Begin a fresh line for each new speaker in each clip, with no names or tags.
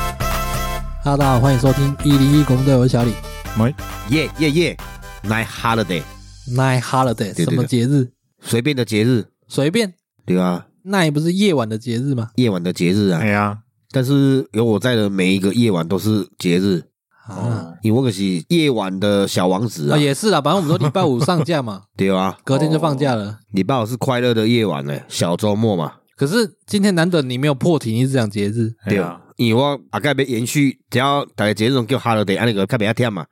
哈喽，大家好，欢迎收听一零一公队，我是小李。
耶耶耶，Night Holiday，
Night holiday
对对
什么节日？
随便的节日，
随便
对啊，
，Night 不是夜晚的节日吗？
夜晚的节日啊
哎。呀，
但是有我在的每一个夜晚都是节日，
啊，
因为我可是夜晚的小王子啊
啊，也是啦，反正我们都礼拜五上架 嘛，
对啊，
隔天就放假了。
礼拜五是快乐的夜晚呢、小周末嘛，
可是今天难得你没有破题，你是讲节日，
对
对
啊
啊，，因为我大概要延续，只要大家节日中叫 Holiday，安尼个较袂晓忝嘛，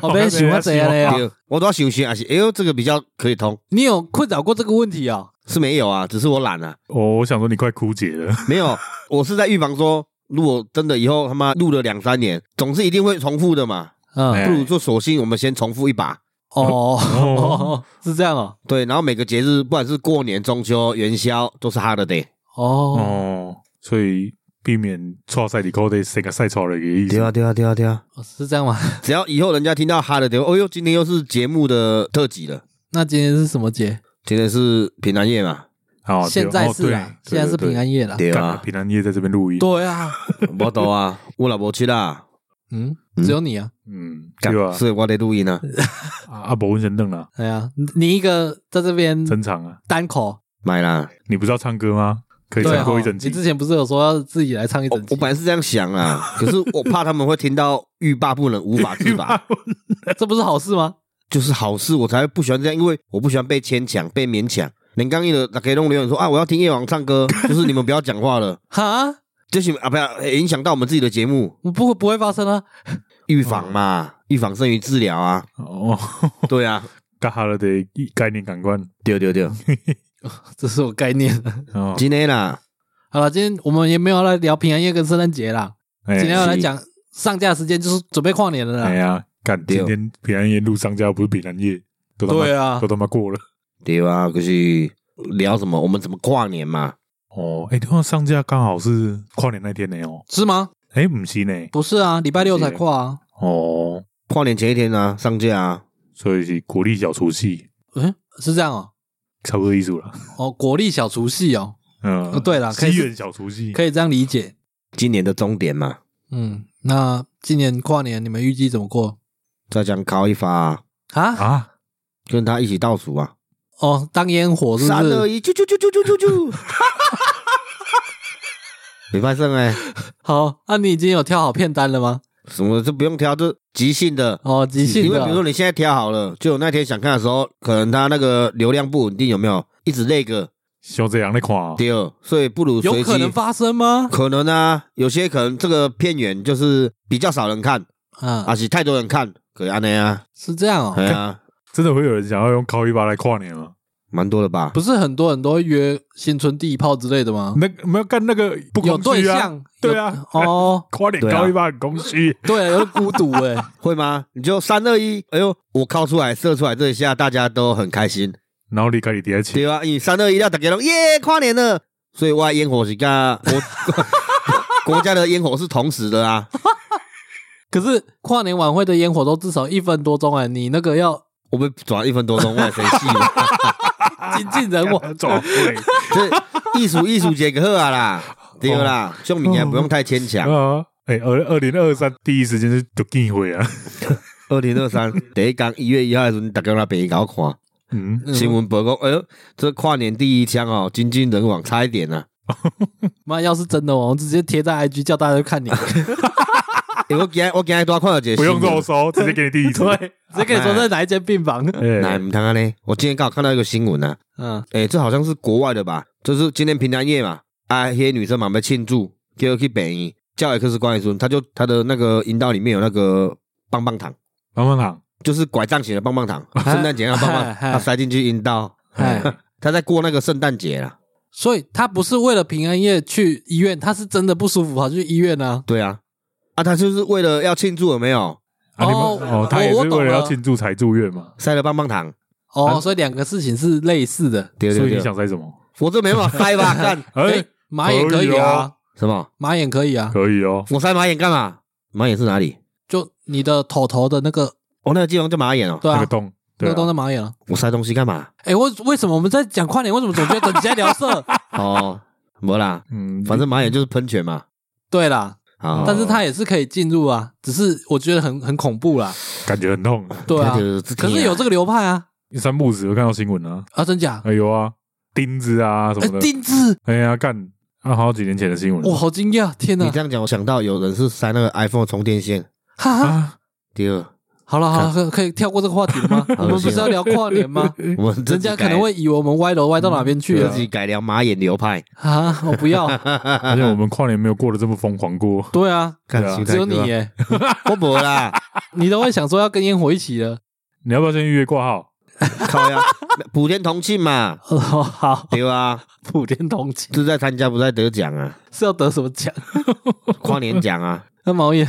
我被喜欢谁啊嘞？
对，我都要想想，还是哎呦这个比较可以通，
你有困扰过这个问题啊？
是没有啊，只是我懒啊，
我我想说你快枯竭了，
没有， 我是在预防说，如果真的以后他妈录了两三年，总是一定会重复的嘛，
嗯，
哎
不如就索性我们先重复一把。
哦， 是这样哦，
对，然后每个节日，不管是过年、中秋、元宵，都是 holiday。
哦，
哦，所以避免错赛里扣的谁个赛错了一个意思。，
对啊，对啊，对啊！
是这样吗？
只要以后人家听到 holiday，哦哟，今天又是节目的特辑了，
那今天是什么节？
今天是平安夜嘛？
哦，对
现在
哦
是啊，
对
现在是
对对
平安夜啦。
对
干嘛
啊，
平安夜在这边录音，
对啊，
我懂啊，我老婆去啦，
嗯，
嗯
只有你啊，
嗯，
干
对吧？
所以我得录音啊。
啊阿伯文神愣了，
哎呀，你你一个在这边
真长啊！
单口，
买啦，
你不是要唱歌吗？可以
对
唱
哦
过一整集哦
你之前不是有说要自己来唱一
我
整集
我？本来是这样想啊，可是我怕他们会听到欲罢不能、无法自拔，
这不是好事吗？
就是好事，我才不喜欢这样，因为我不喜欢被牵强、被勉强。连刚一的大家弄留言说啊，我要听夜王唱歌，就是你们不要讲话了，
哈，
就是你们啊不要影响到我们自己的节目。
不不会发生啊！
预防嘛，预防胜于治 疗啊。
哦，
对啊，
嘎哈了的概念感官
对对对，
这是我概念。
哦，
今天啊啦，
好了，今天我们也没有来聊平安夜跟圣诞节啦，
哎
今天要来
是
讲上架时间就是准备跨年了啦。
哎呀，干
对
今天平安夜路上架不是平安夜，都他妈
对啊
都他妈过了。
对啊，可是聊什么？我们怎么跨年嘛？
哦，哎，他上架刚好是跨年那天呢哦，
是吗？
哎，不是呢，
不是啊，礼拜六才跨啊。
哦，
跨年前一天啊，上架啊，
所以是国历小除夕，
嗯，是这样哦。
差不多意思啦。
哦，国历小除夕哦，
嗯
哦，对啦可以
西
是
元小除夕，
可以这样理解。
今年的终点嘛，
嗯，那今年跨年你们预计怎么过
再讲高一发、啊，
啊？
啊，
跟他一起倒数啊，
哦，当烟火是
三
不
二
是？
一，啾啾啾啾 啾啾啾，没发生哎、
好，那、你已经有挑好片单了吗？
什么就不用挑，就即兴的。
哦，即兴
因
的
为比如说你现在挑好了，就有那天想看的时候，可能他那个流量不稳定，有没有一直那个
像这样的看啊，
第二，所以不如随机
有可能发生吗？
可能啊，有些可能这个片源就是比较少人看，
啊
而且太多人看，可以安内啊，
是这样哦，
哎呀，
真的会有人想要用高一八来跨年吗？
蛮多的吧
不？是很多人都会约新春第一炮之类的吗？
那个没有干那个不
有
空
对
虚啊，
象，
对
有
啊
哦，，
跨年
对啊
高一八很空虚
对，有点孤独 哎，
会吗？你就三二一，哎呦，我靠出来射出来这一下，大家都很开心，
然后离开你第二期，
对吧、啊？你三二一，要大家都耶，跨年了，所以我的烟火是 跟我国家的烟火是同时的啊。
可是跨年晚会的烟火都至少一分多钟哎，你那个要
我们转一分多钟，我也生气了。
啊
精尽人亡，
走 对
这艺术艺术节个好啊啦，对
哦
啦，兄弟也不用太牵强。
啊。哎，二二零二三第一时间是就见会啊，
二零 二三第一天一月一号的时候，大家来北搞看。
嗯，
嗯
新闻报告，哎呦，这跨年第一枪哦，精尽人亡，差一点啊 呐、
妈要是真的哦，我直接贴在 IG 叫大家去 看你，
啊欸我今天我今天多看到一个
不用
新闻
肉，搜，直接给你地 址，
直接跟你说在哪一间病 房，
哪
哎，
唔通啊呢？我今天刚好看到一个新闻啊，
嗯，
哎、这好像是国外的吧？就是今天平安夜嘛，啊，那些女生嘛被庆祝，结果去北医叫 X 光的时候，他就他的那个阴道里面有那个棒棒糖，
棒棒糖，
就是拐杖型的棒 棒糖，
啊
圣诞节那个棒棒，
嗨嗨
他塞进去阴道，
哎，
他在过那个圣诞节啦。
所以他不是为了平安夜去医院，他是真的不舒服跑去医院啊，
对啊，啊，他就是为了要庆祝有没有？
啊你们
哦
哦，他
我
也
我
是
懂
为了要
了
庆祝才住院嘛，
塞了棒棒糖，
哦，
啊
所以两个事情是类似的，
对
所
对
以你
对，
想猜什么？
我这没办法塞 吧？干
哎
哎，，马眼可
可以
以啊
哦，
什么？
马眼可以啊，
可以哦，
我塞马眼干嘛？马眼是哪里？
就你的头头的那个，
哦，那个地方叫马眼哦。
对
那
啊
个，洞，
那
对
个
啊
都是马眼啊。
我塞东西干嘛？
哎，为为什么我们在讲跨年，为什么总觉得你在聊色？
哦，没啦，
嗯，
反正马眼就是喷泉嘛。哦
对啦，
好，
但是他也是可以进入啊，只是我觉得很很恐怖啦，
感觉很痛。
对啊
他。就
可是有这
个
个流派啊，
三不子有看到新闻啊，
啊，真假？
哎有啊，钉子啊什
哎
么，的，
钉子，
哎呀干啊，好几年前的新闻了
我好惊讶，天
你
哪！
这样讲，我想到有人是塞那个 iPhone 充电线。
哈哈，
啊，
第二，
好了好了，可可以跳过这个话题了吗？我们不是要聊跨年吗？
我们自
嗯人
己
家
改
可能会以为我们歪楼歪到哪边去啊了
自己改良马眼流派，
啊！我不要，
而且我们跨年没有过得这么疯狂过，
对啊，
看
对啊
心态
只有你
哥
耶，
我不啦，
你都会想说要跟烟火一起的。
你要不要先预约挂号？
靠呀， 普天同庆嘛，
哦，好，
对吧？
普天同庆
志在参加不在得奖啊，
是要得什么奖？
跨年奖 啊，
那毛爷，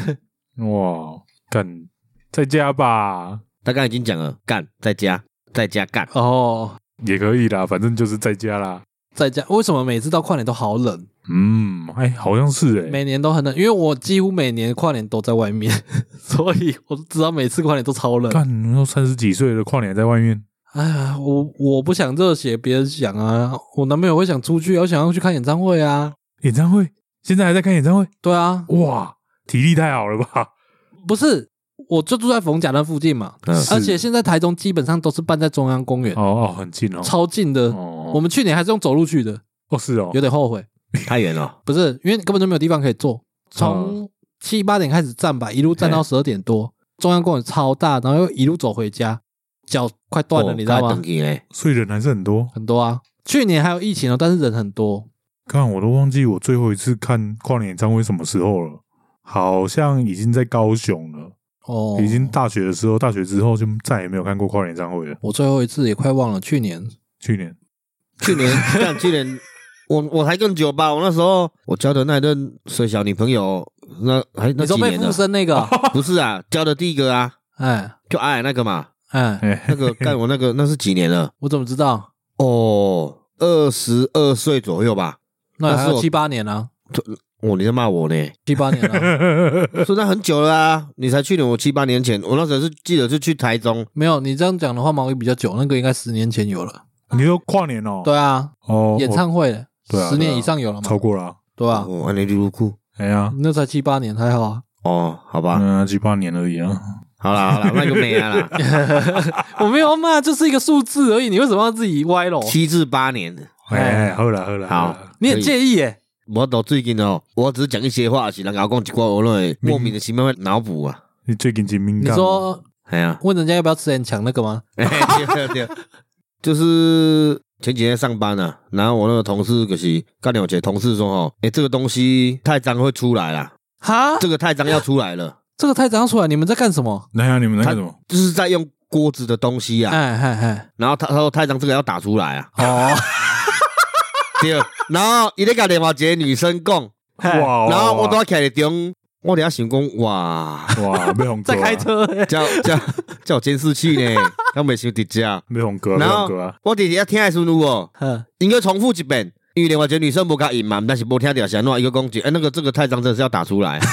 哇，干在家吧
他刚才已经讲了，干在家，在家干，
哦，
也可以啦，反正就是在家啦。
在家为什么每次到跨年都好冷？
嗯，哎，好像是哎，
每年都很冷，因为我几乎每年跨年都在外面， 所以我知道每次跨年都超冷。
干你都三十几岁了，跨年还在外面，
哎呀，我我不想热血，别人想啊，我男朋友会想出去啊，我想要去看演唱会啊，
演唱会现在还在看演唱会，
对啊，
哇，体力太好了吧？
不是，我就住在逢甲那附近嘛，
嗯
是
而且现在台中基本上都是办在中央公园，
哦哦，很近哦，
超近的。我
哦
们去年还是用走路去的，
哦是哦
有，点后悔，
太远了，
不是因为根本就没有地方可以坐，从七八点开始站吧，一路站到十二点多，中央公园超大，然后又一路走回家，脚快断了，
哦
你知道
刚才
吗
等？你嘞，
所以人还是很多。
很多啊，去年还有疫情哦，但是人很多，
看，我都忘记我最后一次看跨年演唱会什么时候了，好像已经在高雄了，
哦，
已经大学的时候，大学之后就再也没有看过跨年演唱会了。
我最后一次也快忘了，去年
去年
去年，干去年。我我还更久吧，我那时候我交的那一任水小女朋友，那还
你
那几
说被
年
附
了，
身那个，
不是啊，交的第一个啊，
哎
就矮那个嘛，
哎，
那个干我那个那是几年了？
我怎么知道？
哦，二十二岁左右吧。
那还
那是
有
我
七八年啊，
哦，你在骂我呢？
七八年啊了。
说那很久了啊，你才去年，我七八年前，我那时候是记得是去台中，
没有，你这样讲的话，毛衣比较久，那个应该十年前有了。
你说跨年哦？
对啊，
哦，
演唱会了，
对啊
十
对
年
啊
以上有了
哦
嘛
超，过了啊，
对吧？
哦，安尼利入库，
哎呀，
那才七八年，还好啊。
哦，好吧，
嗯，七八年而已啊。
好啦好啦，那就没啊啦，
我没有要骂，就是一个数字而已，你为什么要自己歪楼？
七至八年，
哎
哎，好了好了，
好
啦
你很介意耶？
我到最近哦，我只是讲一些话，是人家讲一挂，我认为莫名的其妙会脑补啊，
你最近真敏
你
感哦。
说，
哎呀
问人家要不要吃人抢那个吗？
嘿嘿对对对，就是前几天上班啊，然后我那个同事就是干了，我姐同事说哦，哎，这个东西太脏会出来啦，
哈，
这个太脏要出来了，
这个太长出来，你们在干什么？
那呀，你们在干什么？
就是在用锅子的东西啊，
哎嗨嗨，
然后他他说太脏这个要打出来啊。
哦，
对，然后伊咧甲电话一个女生讲，
嗨
哇
然后我拄起来中，我伫遐想讲，哇，
哇被红 哥
在
啊
开，车耶，
叫叫叫监视器呢，我未想伫遮。
被红哥，被
然
红
后
哥啊！
我伫遐听的时阵有无，
哼
应该重复一遍，因为另外一个女生无甲隐瞒，但是无听到是安怎伊个讲一，哎、那个这个太脏，真的是要打出来。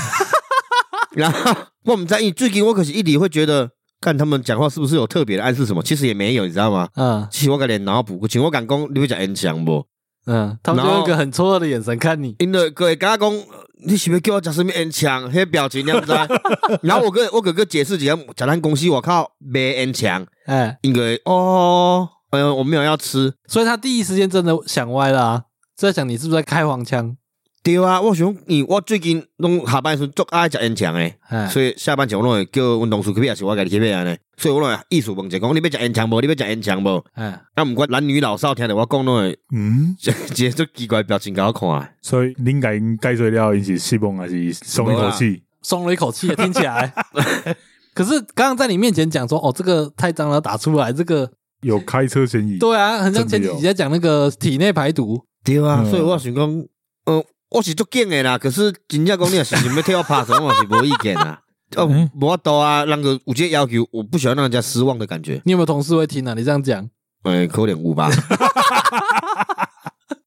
然后我毋知道，因为最近我可是一直会觉得，看他们讲话是不是有特别的暗示什么，其实也没有，你知道吗？
嗯
其实我甲连脑补，像我敢讲，你会食烟肠无？
嗯，他们就
然后
用一个很错愕的眼神看你。
因为各会甲我讲，呃你是要叫我食什么烟肠？迄表情你也不知道。 然后我跟我哥哥解释一下，食咱公司我靠卖烟肠，
哎，
因为哦，嗯、我没有要吃。
所以他第一时间真的想歪了啊，在想你是不是在开黄腔？
对啊，我想，因为我最近拢下班的时阵足爱食烟肠诶，
啊
哎，
所以下班前我拢会叫阮同事去买，也是我家己去买安尼。所以我拢会意思问者讲，你要食烟肠无？你要食烟肠无？
哎，
啊，毋管男女老少听着我讲拢会
嗯，
一个足奇怪的表情甲我看的。
所以恁甲因解释了，因是失望还是松一口气？
松了一口气，听起来。 可是刚刚在你面前讲说，哦，这个太脏了，打出来这个，
有开车嫌疑。
对啊，很像前几
真
集
的有
在讲那个体内排毒，
对啊，
嗯
所以我想讲，呃，我是足劲的啦，可是真正讲你若是想要替我拍手，我嘛是无意见啦。哦
嗯，
无法度啊，人个有这个要求，我不喜欢让人家失望的感觉。
你有没有同事会听啊？你这样讲，
诶、呃可能有吧。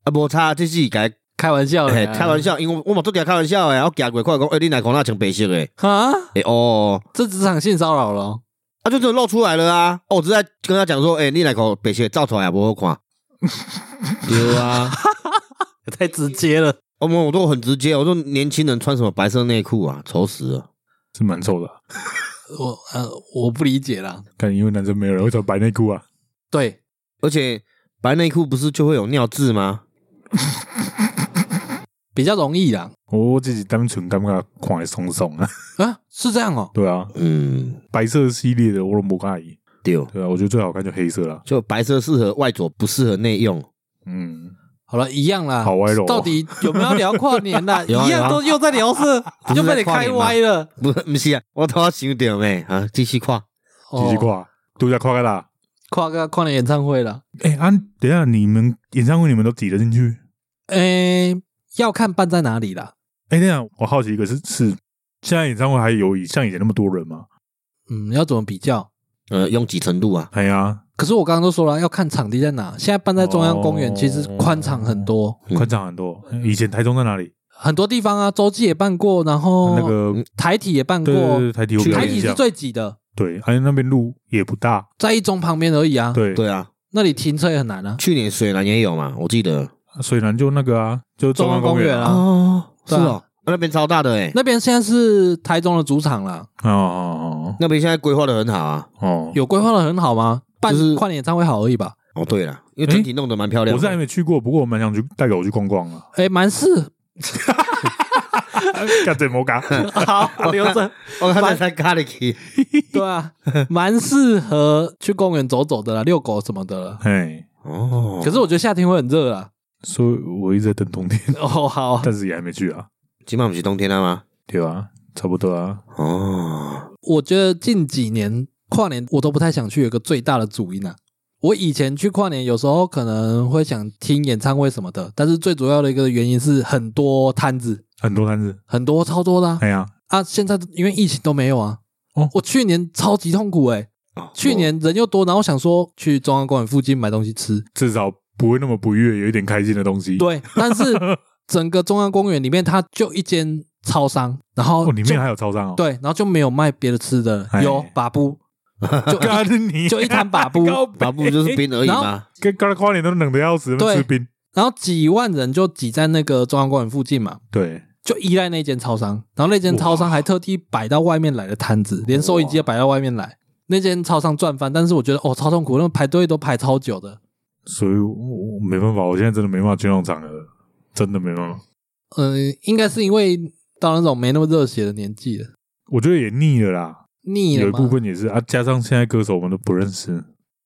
啊，无差，这是该
开玩笑的、
哎
嘿
啊，
开玩笑，因为我我嘛做定开玩笑诶，我行过看讲，诶、你哪看那穿白色诶，
啊，
诶、哦，
这职场性骚扰了哦、
啊，就真的露出来了啊。哦，我只是在跟他讲说，诶、你哪看 白色的照出来也不好看。对啊，
也太直接了。
我们我都很直接，我说年轻人穿什么白色内裤啊，丑死了。
是蛮丑的啊、
我呃我不理解啦。
看，因为男生没有人会穿白内裤啊，
对，
而且白内裤不是就会有尿渍吗？
比较容易啦。
我自己单纯感觉看的松松啊。
啊，是这样哦、
对啊，
嗯，
白色系列的我都不介意。
对，哦
对啊，我觉得最好看就黑色啦。
就白色适合外着，不适合内用。
嗯，
好了，一样啦。
好歪楼哦
到底有没有聊跨年 啦？
有啊
一样都又在聊是，
不是
又被
在
你
跨
开
年吗
歪了。
不，不是啊，我头想到没啊，继续跨。
哦
继续跨，都在跨个啦。
跨个跨年演唱会了。
哎、安、等一下你们演唱会你们都挤得进去？
诶、要看办在哪里啦。
哎、等一下我好奇一个是是，现在演唱会还有以像以前那么多人吗？
嗯，要怎么比较？
呃，拥挤程度啊，
哎呀，
可是我刚刚都说了，要看场地在哪。现在办在中央公园，
哦
其实宽敞很多，
嗯
宽敞很多。以前台中在哪里？
很多地方啊，洲际也办过，然后
那个
台体也办
对对
哦过
对，台体我
去
比较
台
有
体
印
是
象。
最挤的，
对，而且那边路也不大。
在一中旁边而已啊。
对，
对啊，
那里停车也很难啊。
去年水南也有嘛，我记得。
水南就那个啊，就中央公园
中央公园啊
哦，是
对啊
哦，那边超大的哎，
那边现在是台中的主场啦，
哦哦
那边现在规划的很好啊。
哦
啊
哦，
有规划的很好吗？办
就是
跨年演唱会好而已吧。
哦，对了，因为整体弄得蛮漂亮
我
的。
是还没去过，不过我蛮想去带狗去逛逛啊。
诶，蛮 是
干这 摩嘎，
好留着，
我刚才才咖喱鸡，
对啊，蛮适合去公园走走的啦，遛狗什么的了。
哎，
哦，
可是我觉得夏天会很热啊。
所以我一直在等冬天，
哦，好啊，
但是也还没去啊，
今晚不是冬天了吗？
对吧？差不多啊，
哦，
我觉得近几年跨年我都不太想去，有一个最大的主因啊。我以前去跨年，有时候可能会想听演唱会什么的，但是最主要的一个原因是很多摊子，
很多摊子，
很多超多的啊。
哎呀，
啊现在因为疫情都没有啊。
哦
我去年超级痛苦诶、欸
哦
去年人又多，然后想说去中央公园附近买东西吃，
至少不会那么不悦，有一点开心的东西。，
对，哦但 是整个中央公园里面它就一间超商，然后
哦，里
就
面还有超商哦，
对，然后就没有卖别的吃的
哎，
有把布， 就
干你，
就一摊把布
靠
我，
北
把不就是冰而已
然后
吗？
跟刚才跨年都冷的要死，
对
吃冰，
然后几万人就挤在那个中央公园附近嘛，
对，
就依赖那间超商，然后那间超商还特地摆到外面来的摊子，连收银机也摆到外面来。那间超商赚翻，但是我觉得哦超痛苦，那排队都排超久的。
所以我我没办法，我现在真的没办法去那种场合，真的没办法，
嗯、应该是因为到那种没那么热血的年纪了，
我觉得也腻了啦，
腻
有
了
一
嘛。
部分也是啊，加上现在歌手我们都不认识，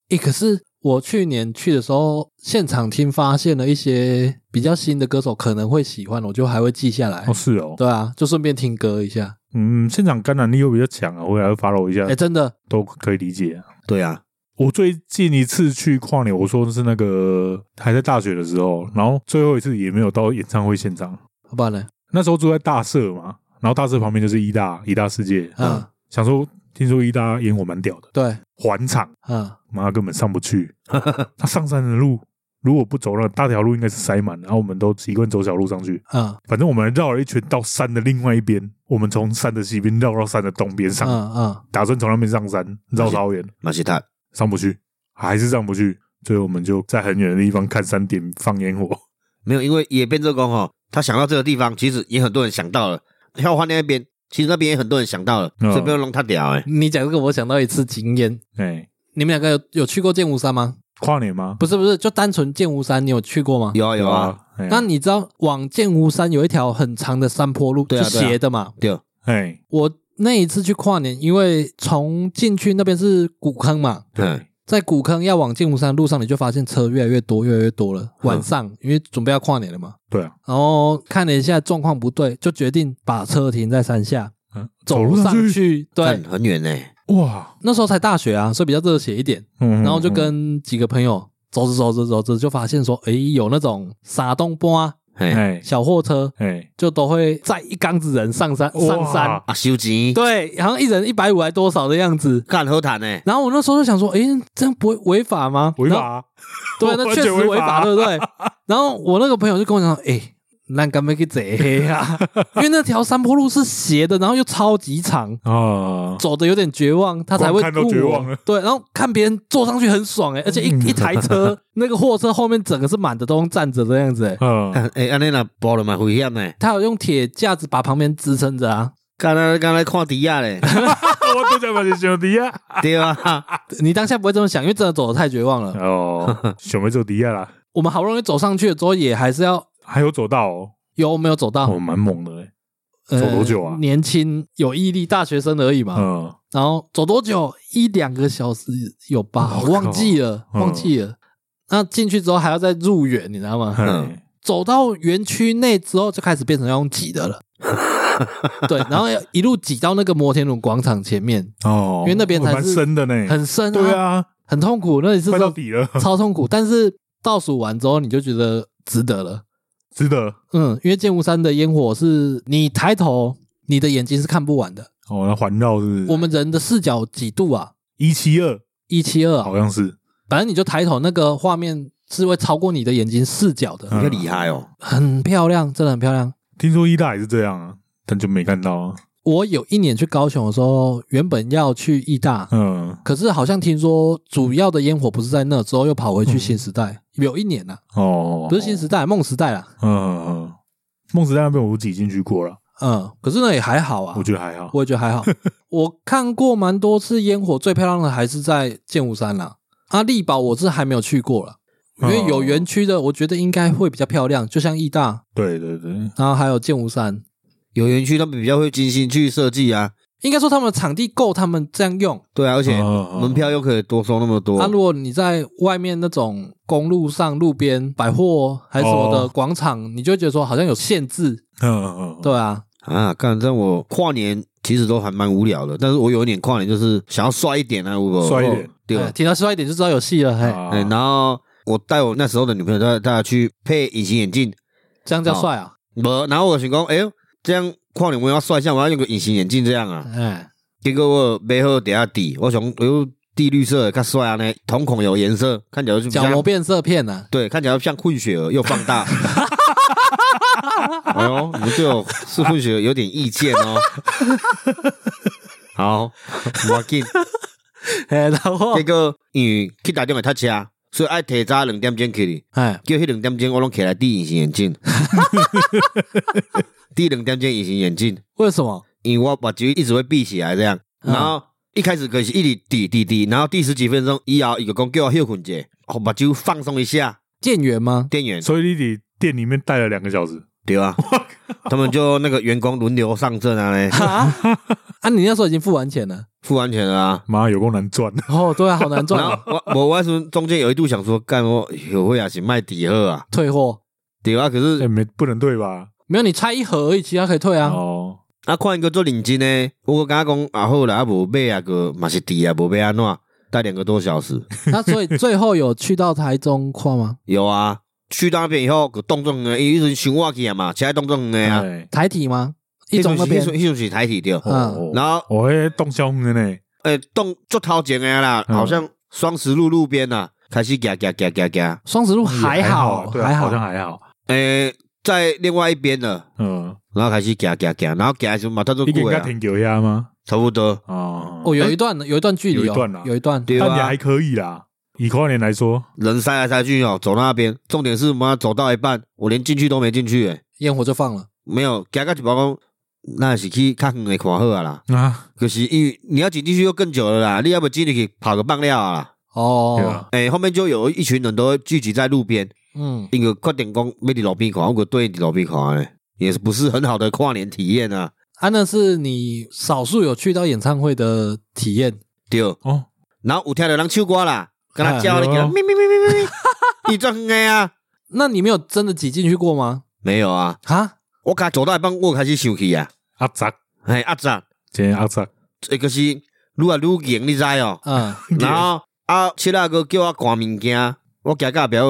诶，可是我去年去的时候，现场听发现了一些比较新的歌手可能会喜欢，我就还会记下来。
哦，是哦，
对啊，就顺便听歌一下。
嗯，现场感染力又比较强啊，回来 follow 一下
诶，真的，
都可以理解啊。
对啊，
我最近一次去跨年，我说的是那个还在大学的时候，然后最后一次也没有到演唱会现场。
好不然呢？
那时候住在大社嘛，然后大社旁边就是一大一大世界，
嗯
嗯，想说听说一大烟火蛮屌的，
对，
环场
嗯，
妈根本上 不去，他上山的路如果不走那大条路应该是塞满，然后我们都习惯走小路上去，
嗯
反正我们绕了一圈到山的另外一边，我们从山的西边绕到山的东边上，
嗯嗯，
打算从那边上山，绕超远，
马西塔，
上不去，还是上不去。最后我们就在很远的地方看山点放烟火。
没有，因为也变这工哈，他想到这个地方，其实也很多人想到了。要换那边，其实那边也很多人想到了，
哦
嗯
所以不要弄他屌哎。
你讲这个，我想到一次经验。
哎、
你们两个有有去过剑湖山吗？
跨年吗？
不是不是，就单纯剑湖山，你有去过吗？。
有啊有啊，，
哎呀
那你知道往剑湖山有一条很长的山坡路，
对啊
是
对啊
斜的嘛？
对，
哎，
我那一次去跨年，因为从进去那边是古坑嘛，
嗯，
在古坑要往剑湖山的路上，你就发现车越来越多，越来越多了。
嗯
晚上因为准备要跨年了嘛，
对啊，
然后看了一下状况不对，就决定把车停在山下，
嗯，
走
路
上
去，
去。
看
对，
很远哎，
哇，
那时候才大学啊，所以比较热血一点。
嗯，
然后就
嗯
跟几个朋友走着走着走着，就发现说，诶，有那种傻东波
嗯
哎
哎
小货车，
哎，
就都会载一缸子人上山
哇
上山。
啊，收钱，
对，然后一人一百五还多少的样子。
干好谈哎，
然后我那时候就想说，诶，这样不会违法吗？
违
然后
法，
对，那
完
确
全
实
违
违
法
法，对不对？然后我那个朋友就跟我讲说，诶，那干嘛去 贼黑啊？因为那条山坡路是斜的，然后又超级长，
啊，
走的有点绝望，他才会
光看都
吐
绝
我
望了
对，然后看别人坐上去很爽哎、而且一
嗯
一台车那个货车后面整个是满的，都用站着这样子 哎、
嗯，
哎、安尼若爆了嘛危险呢。
他有用铁架子把旁边支撑着啊！
刚才刚才看迪亚嘞，
我都想把你兄弟啊，
对啊，
你当下不会这么想，因为真的走的太绝望了。
哦， 小妹走迪亚啦，
我们好不容易走上去了之后，也还是要
还有走到哦，
有没有走到？
哦，蛮猛的欸，
呃
走多久啊
年轻有毅力，大学生而已嘛。
嗯，
然后走多久？一两个小时有吧？
我
我
靠
忘记了，
嗯
忘记了。那进去之后还要再入园，你知
嗯
道吗？
嘿
走到园区内之后，就开始变成要用挤 的了。对，然后要一路挤到那个摩天轮广场前面，
哦，
因为那边才是
蛮深的呢，
很深、
对，啊，
很痛苦，那里是
快到底嗯了，
超痛苦。但是倒数完之后，你就觉得值得了。
值得
嗯，因为剑湖山的烟火是你抬头，你的眼睛是看不完的。
哦，那环绕是
我们人的视角几度啊？
一七二，
一七二啊
好，像是
反正你就抬头，那个画面是会超过你的眼睛视角的，
嗯
你厉害哦。
很漂亮，真的很漂亮。
听说一大也是这样啊，但就没看到啊，
我有一年去高雄的时候，原本要去义大，
嗯，
可是好像听说主要的烟火不是在那，之后又跑回去新时代。有一年呐、
嗯哦，
不是新时代，梦时代啦。
嗯，嗯，嗯梦时代那边我挤进去过了，
嗯，可是那也还好啊，
我觉得还好，
我也觉得还好。我看过蛮多次烟火，最漂亮的还是在剑湖山啦。啊，力宝我是还没有去过了，因为有园区的，我觉得应该会比较漂亮，就像义大，
对对对，
然后还有剑湖山。
有园区他们比较会精心去设计啊，
应该说他们的场地够他们这样用。
对啊，而
嗯
且门
门
票又可以多收那么多
那、，啊如果你在外面那种公路上、路边百货还是什么的
哦
广场，你就会觉得说好像有限制，
嗯嗯，嗯，
对啊，
啊，干！但我跨年其实都还蛮无聊的，但是我有一年跨年就是想要帅一点啊，我
帅一点
我对哦
哎，听到帅一点就知道有戏了，嘿，
啊
哎，然后我带我那时候的女朋友带带她去配隐形眼镜，
这样叫帅啊，
没，然后我想讲，哎呦，这样跨年我要帅一下，我要用个隐形眼镜这样啊，
哎，
结果我背后底下底，我想，哎呦，地绿色的较帅啊呢，瞳孔有颜色，看起来就比较
角膜变色片 啊，
对，看起来像混血儿又放大。 哎呦，你们对我是混血儿有点意见 哦。好，我紧。
哎，然后
结果因为去打电话他车，所以爱提早两点钟去哩。
哎，
叫迄两点钟我拢起来戴隐形 眼镜，戴两点钟隐形眼镜，
为什么？
因为我把睭一直会闭起来这样。
嗯
然后一开始可是一直滴滴滴，然后第十几分钟，E 以后伊就讲叫我休困者，我把睭放松一下。
店员吗？
店员
所以你得店里面待了两个小时，
对啊，他们就那个员工轮流上阵啊嘞，
啊，啊，你那时候已经付完钱了，
付完钱了啊。
妈有够难赚，
哦，对啊，好难赚
然后
啊，
我我我那时候中间有一度想说，干我有会啊，是卖底货啊，
退货
对啊。可
哎，
是
没不能对吧？
没有，你拆一盒而已，其他可以退啊，
哦，
啊，看一个做领巾呢，我跟他讲啊好啦，啊无买啊个嘛是底啊，无买安怎待两个多小时，
那所以最后有去到台中跨吗？
有啊。去到那边以后，个动作呢，伊迄阵想我去啊嘛，其他动作呢啊，
哎，
台体吗？一中那
迄
边
阵，迄阵是台体对。
哦
嗯
然后
我会动销的呢，
诶，动做头前的啦，
嗯
好像双十路路边呐，开始行行行行行，
双子路还好，
对啊，
还
好
好，
像还好，
诶，在另外一边了。
嗯，
然后开始行行行，然后行的时候嘛，他都
你给人
过
家
啊，
停酒压吗？
差不多。
哦，
哦，有一段有一段距离哦，
有一段啊
有一段
对
但也
啊
还，可以啦，以跨年来说，
人塞来塞去哦，走到那边。重点是妈走到一半，我连进去都没进去，诶，
烟火就放了，
没有。行到一半讲，哦那是去较远的看好啊啦。
啊，
可是因为你要挤进去又更久了啦，你要不进去跑个半料啊啦。
对
哦
啊，，
诶，后面就有一群人都会聚集在路边，
嗯，
因为快点讲没伫路边看，我个对伫路边看嘞，也是不是很好的跨年体验啊。
安那是你少数有去到演唱会的体验，
对，
哦，
然后有听到人唱歌啦，跟他叫
哎
那个
呦
咪咪咪咪咪咪，你做远的啊？
那你没有真的挤进去过吗？
没有啊。
哈，
我刚走到一半，我开始生气啊！
阿扎，
嘿，阿仔，
今天阿扎，
这个是愈来愈硬，你 知哦？
嗯，
然后啊，七阿哥叫我看物件，我行到表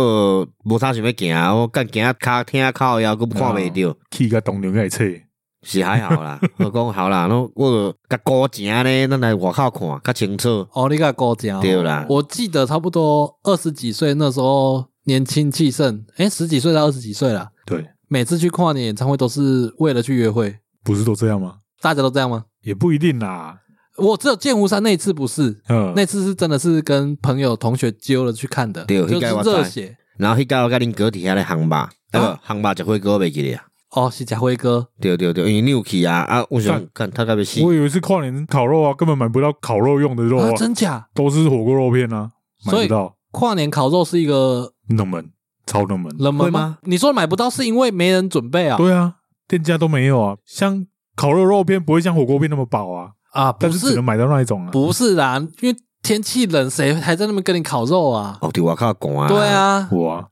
无啥想要行啊，我干行啊，骹听靠腰，佫看袂着，
去个东牛来测，
是还好啦。我讲好啦，那我就甲高正咧，咱来外口看较清楚。
哦，你个高讲，
对啦
我记得差不多二十几岁那时候年轻气盛，诶，十几岁到二十几岁啦，
对，
每次去跨年演唱会都是为了去约会，
不是都这样吗？
大家都这样吗？
也不一定啦。
我只有剑湖山那一次不是，
嗯，
那次是真的是跟朋友同学揪了去看的，
对
就是
那个我知道
热血
然后迄个我甲恁哥底下咧行吧，啊不，行吧，食火锅袂记咧啊。
哦，是贾辉哥
对对对，因为你有去啊啊！我想
干
看他该不是
我以为是跨年烤肉啊，根本买不到烤肉用的肉
啊
啊，，
真假？
都是火锅肉片啊，买
所
不
以
到，
跨年烤肉是一个
冷门，超冷门。
冷门
会
吗
吗？
你说买不到是因为没人准备啊？
对啊，店家都没有啊，像烤肉肉片不会像火锅片那么饱啊，
啊，不
但是只
是
能买到那一种啊。
不是啦，因为天气冷，谁还在那边跟你烤肉啊？
哦，对外口讲啊，
对，啊，
哇，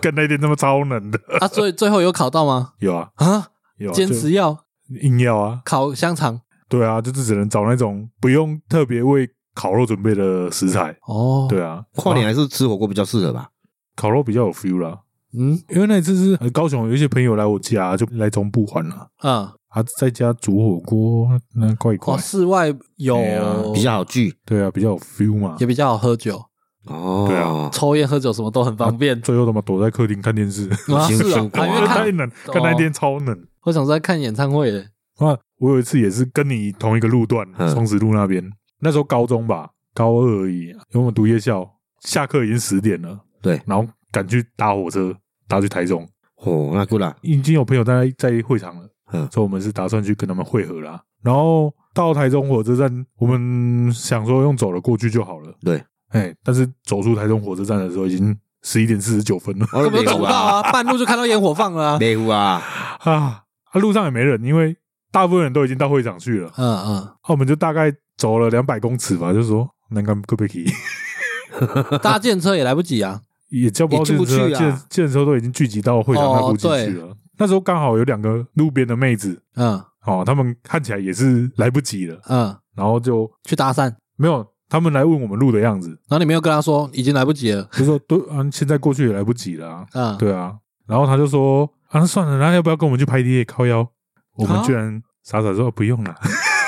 跟那店那么超冷的，
啊，所以最后有烤到吗？
有啊
啊，
有啊，
坚
就
持要
硬要啊，
烤香肠
对啊，就是只能找那种不用特别为烤肉准备的食材，
哦，
对啊，
跨年
啊
还是吃火锅比较适合吧？
烤肉比较有 feel 啦。
嗯
因为那一次是呃高雄有一些朋友来我家，就来中部玩了，
嗯，
啊，在家煮火锅，那怪怪
哦，，室外有
哎呀
啊比较好聚
对啊，比较有 feel 嘛
也。比较好喝酒，
哦。
对啊
抽烟喝酒什么都很方
啊
便
最后他妈躲在客厅看电视，
啊，
行
是啊，
行
啊因为
哇
太
看
冷，看那天超冷。
我想说在看演唱会耶，
啊，我有一次也是跟你同一个路段，
嗯
双十路那边，那时候高中吧，高二而已，因为我们读夜校，下课已经十点了，
对，
然后赶去搭火车，搭去台中，
哦，那够啦，
已经有朋友在在会场了，
嗯
所以我们是打算去跟他们会合啦。然后到台中火车站，我们想说用走了过去就好了，
对，
哎，但是走出台中火车站的时候，已经十一点四十九分了
我
根本就走不到，啊，半路就看到烟火放了啊，
没 有啊，
啊，啊路上也没人，因为大部分人都已经到会场去了。
嗯嗯
啊，我们就大概走了两百公尺吧，就说南港戈贝奇
嗯搭建车也来不及啊，
也叫不到
也进
健
不
身
去
车，
啊哦
健健身车都已经聚集到会场那附近去了。那时候刚好有两个路边的妹子
嗯
哦，她们看起来也是来不及了，
嗯，
然后就
去搭讪，然
没有她们来问我们路的样子，
后你没有跟他说已经来不及了，
就说都啊，现在过去也来不及了、啊，
嗯，
对啊。然后她就说啊，那算了，那要不要跟我们去拍夜靠腰？我们
啊
居然傻傻说、哦不用了，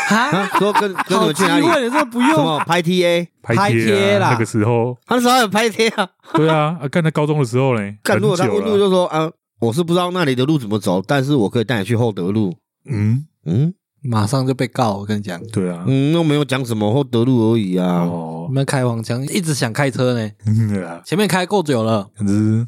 哈，
啊说跟跟你
好
们去
机
哪里？
会，你这不
什
用，
么 拍 TA？
拍
拍贴
贴啊
啦
那个时候，
他那时候还有拍 TA 啊？
对啊，啊，干在高中的时候嘞，
干，如
很
果他
久
问路
了，
就说啊，我是不知道那里的路怎么走，但是我可以带你去厚德路。
嗯，
嗯
马上就被告，我跟你讲，
对啊，
嗯，又没有讲什么厚德路而已啊。
哦
你，们开黄腔，一直想开车呢，
嗯 对啊，
前面开够久了，
简直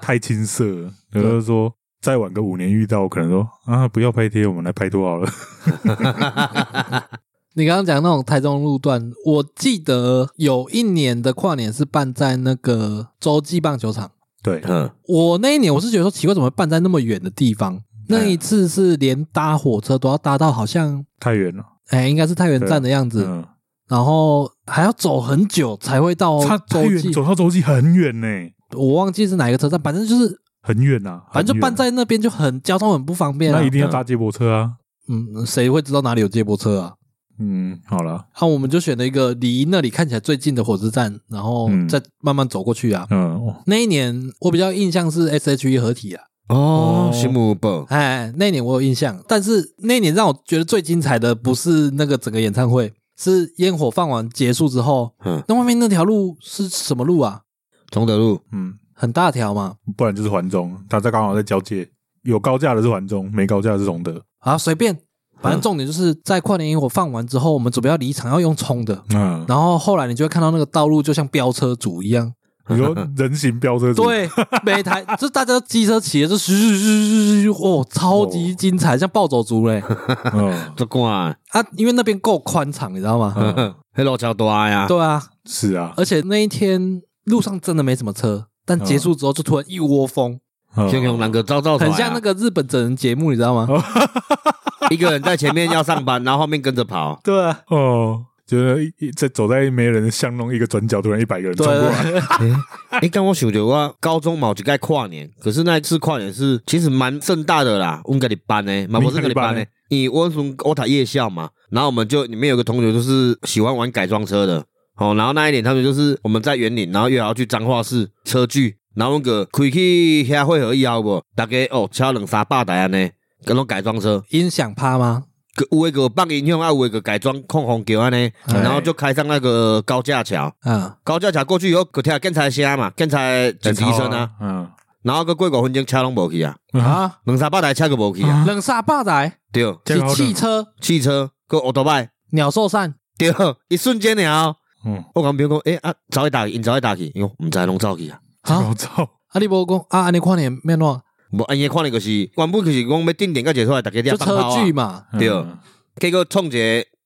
太青涩了。有的说再晚个五年遇到，我可能说啊，不要拍贴，我们来拍拖好了。
你刚刚讲那种台中路段，我记得有一年的跨年是办在那个洲际棒球场。
对，
嗯，
我那一年我是觉得说奇怪，怎么会办在那么远的地方？
嗯
那一次是连搭火车都要搭到好像，
太远了，
哎，应该是太原站的样子，
嗯，
然后还要走很久才会到
差太
洲
远，
际。
走到洲际很远呢，
我忘记是哪一个车站，反正就是
很远呐，
反正
很
就
远啊
办在那边就很交通很不方便啊
那一。定要搭接驳车啊。
嗯，谁会知道哪里有接驳车啊？
嗯，好了，
啊，我们就选了一个离那里看起来最近的火车站，然后
嗯
再慢慢走过去啊。
嗯，哦
那一年我比较印象是 S.H.E 合体啊，
哦
哦，
羡慕不？
哎，那一年我有印象，但是那一年让我觉得最精彩的不是那个整个演唱会，是烟火放完结束之后，
嗯，
那外面那条路是什么路啊？
崇德路
嗯，
很大条嘛，
不然就是环中，它在刚好在交界，有高架的是环中，没高架的是崇德。
啊，随便，反正重点就是在跨年烟火放完之后，我们准备要离场要用冲的，
嗯，
然后后来你就会看到那个道路就像飙车族一样，
你说人行飙车组，
对，每台就大家都机车骑的就咻咻咻咻咻咻，哦，超级精彩，像暴走族嘞
嗯，
这关，
啊，因为那边够宽敞，你知道吗？
嗯
黑路桥大呀。
对啊，
是 啊，
而且那一天路上真的没什么车，但结
嗯
束之后就突然一窝蜂，
嗯
先用那个照照出
很
来啊 哦
像那个日本整人节目，你知道吗？
一个人在前面要上班，然后后面跟着跑。
对啊，
哦，就是一一在走在没人的巷弄，一个转角突然一百个人冲
对
过来，
对对
哎，刚我想着我高中嘛，就该跨年，可是那一次跨年是其实蛮盛大的啦。我们给你班呢，嘛不是
你
给你班
跟你班
呢
呢，
你我从欧塔夜校嘛，然后我们就里面有个同学就是喜欢玩改装车的哦，然后那一年他们就是我们在园林，然后约好去彰化市车聚，然后我们个开去遐会合以后不，大概哦车两三百台安尼，跟拢改装车。
音响趴吗？
个有一个放音响，啊有一个改装控红桥安尼，
哎
然后就开上那个高架桥。
嗯，哎
高架桥过去以后，可听到警察声嘛，警察警笛声啊，
嗯，
然后个贵国婚前车拢无去啊，
啊，
两三百台车个无去啊
啊，
哎冷煞霸仔
对，
这个好
是
冷
汽车
汽车个奥多拜，
鸟兽散，
对， 一瞬间了哦。
嗯，
我讲朋友讲，诶啊，走去打去，因走去打去，因为毋知拢走去啊。
啊
我，操，
啊你无讲啊，安尼看年咩喏，
无，啊因看能就是原本就是讲要定点个解出来，大家
就
要放
车
炮啊
距。嘛，
对
嗯
结果创一个，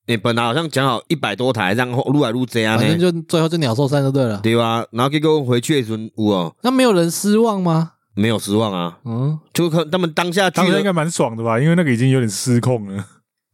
你本来啊好像讲好一百多台，然后愈来愈多啊
反正
呢，
就最后就鸟兽散就对了。
对啊。然后结果回去的时阵有哦，
那没有人失望吗？
没有失望啊，
嗯，
就看他们当下去
当时应
了，
该蛮爽的吧，因为那个已经有点失控了。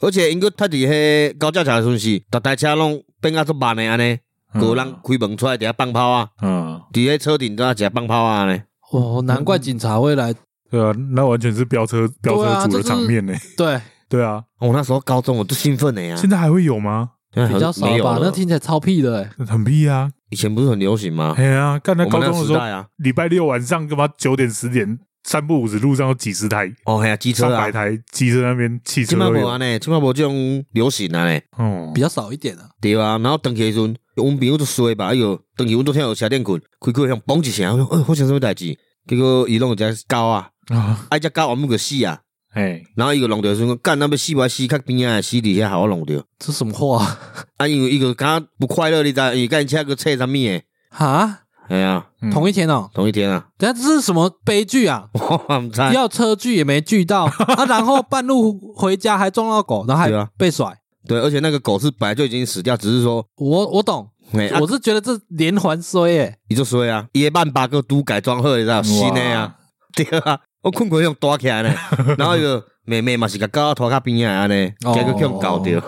而且因个他伫迄高架桥的时阵是，逐台车拢变啊足慢的安尼，
嗯
个人开门出来伫遐放炮啊，
嗯，
伫迄车顶在遐放炮啊呢。
哦，难怪警察会来。
对啊，那完全是飙车飙
啊
车主的场面呢。
对，
对啊，
我、哦那时候高中我都兴奋的呀、
现在还会有吗？
现在
比较少
没有
吧
了？
那听起来超屁的哎。
很屁啊！
以前不是很流行吗？
哎呀，干在
我们
高中
那
的
时
时候，
代啊，
礼拜六晚上他妈九点十点，三不五时路上有几十台、
哦，嘿啊，机
上
车啊
百，台机车那边汽车
今麦
都
无
有
安。呢，今麦无这种流行啊呢，
哦
比，较少一点啊。
对啊。然后登起的时阵，阮朋友就衰吧，哎哟，登起阮昨天有车顶困，开开响嘣一声，我说，哎，发生什么代志？结果伊弄只狗啊，
啊，
啊，只狗我们个死啊，
哎，
然后伊个弄着说，干，那要死不死，较边仔的死伫遐，互我弄着。
这什么话啊？
啊，因为伊个敢不快乐，你知道？伊干车个车啥物诶？
哈，
哎呀，
嗯
同一天哦。
同一天啊，
等下这是什么悲剧啊？
我唔知道。
要车距也没聚 到啊，然后半路回家还撞到狗，然后
对
还
啊
被甩。
对，而且那个狗是本来就已经死掉，只是说，
我我懂，
哎、啊
我是觉得这连环衰哎，
伊就衰啊，伊的万把个都改装好，你知道新的啊， 对啊，我困过用拖起来呢， 然后个妹妹嘛是甲狗拖到边仔安尼，
哦
结果去搞着，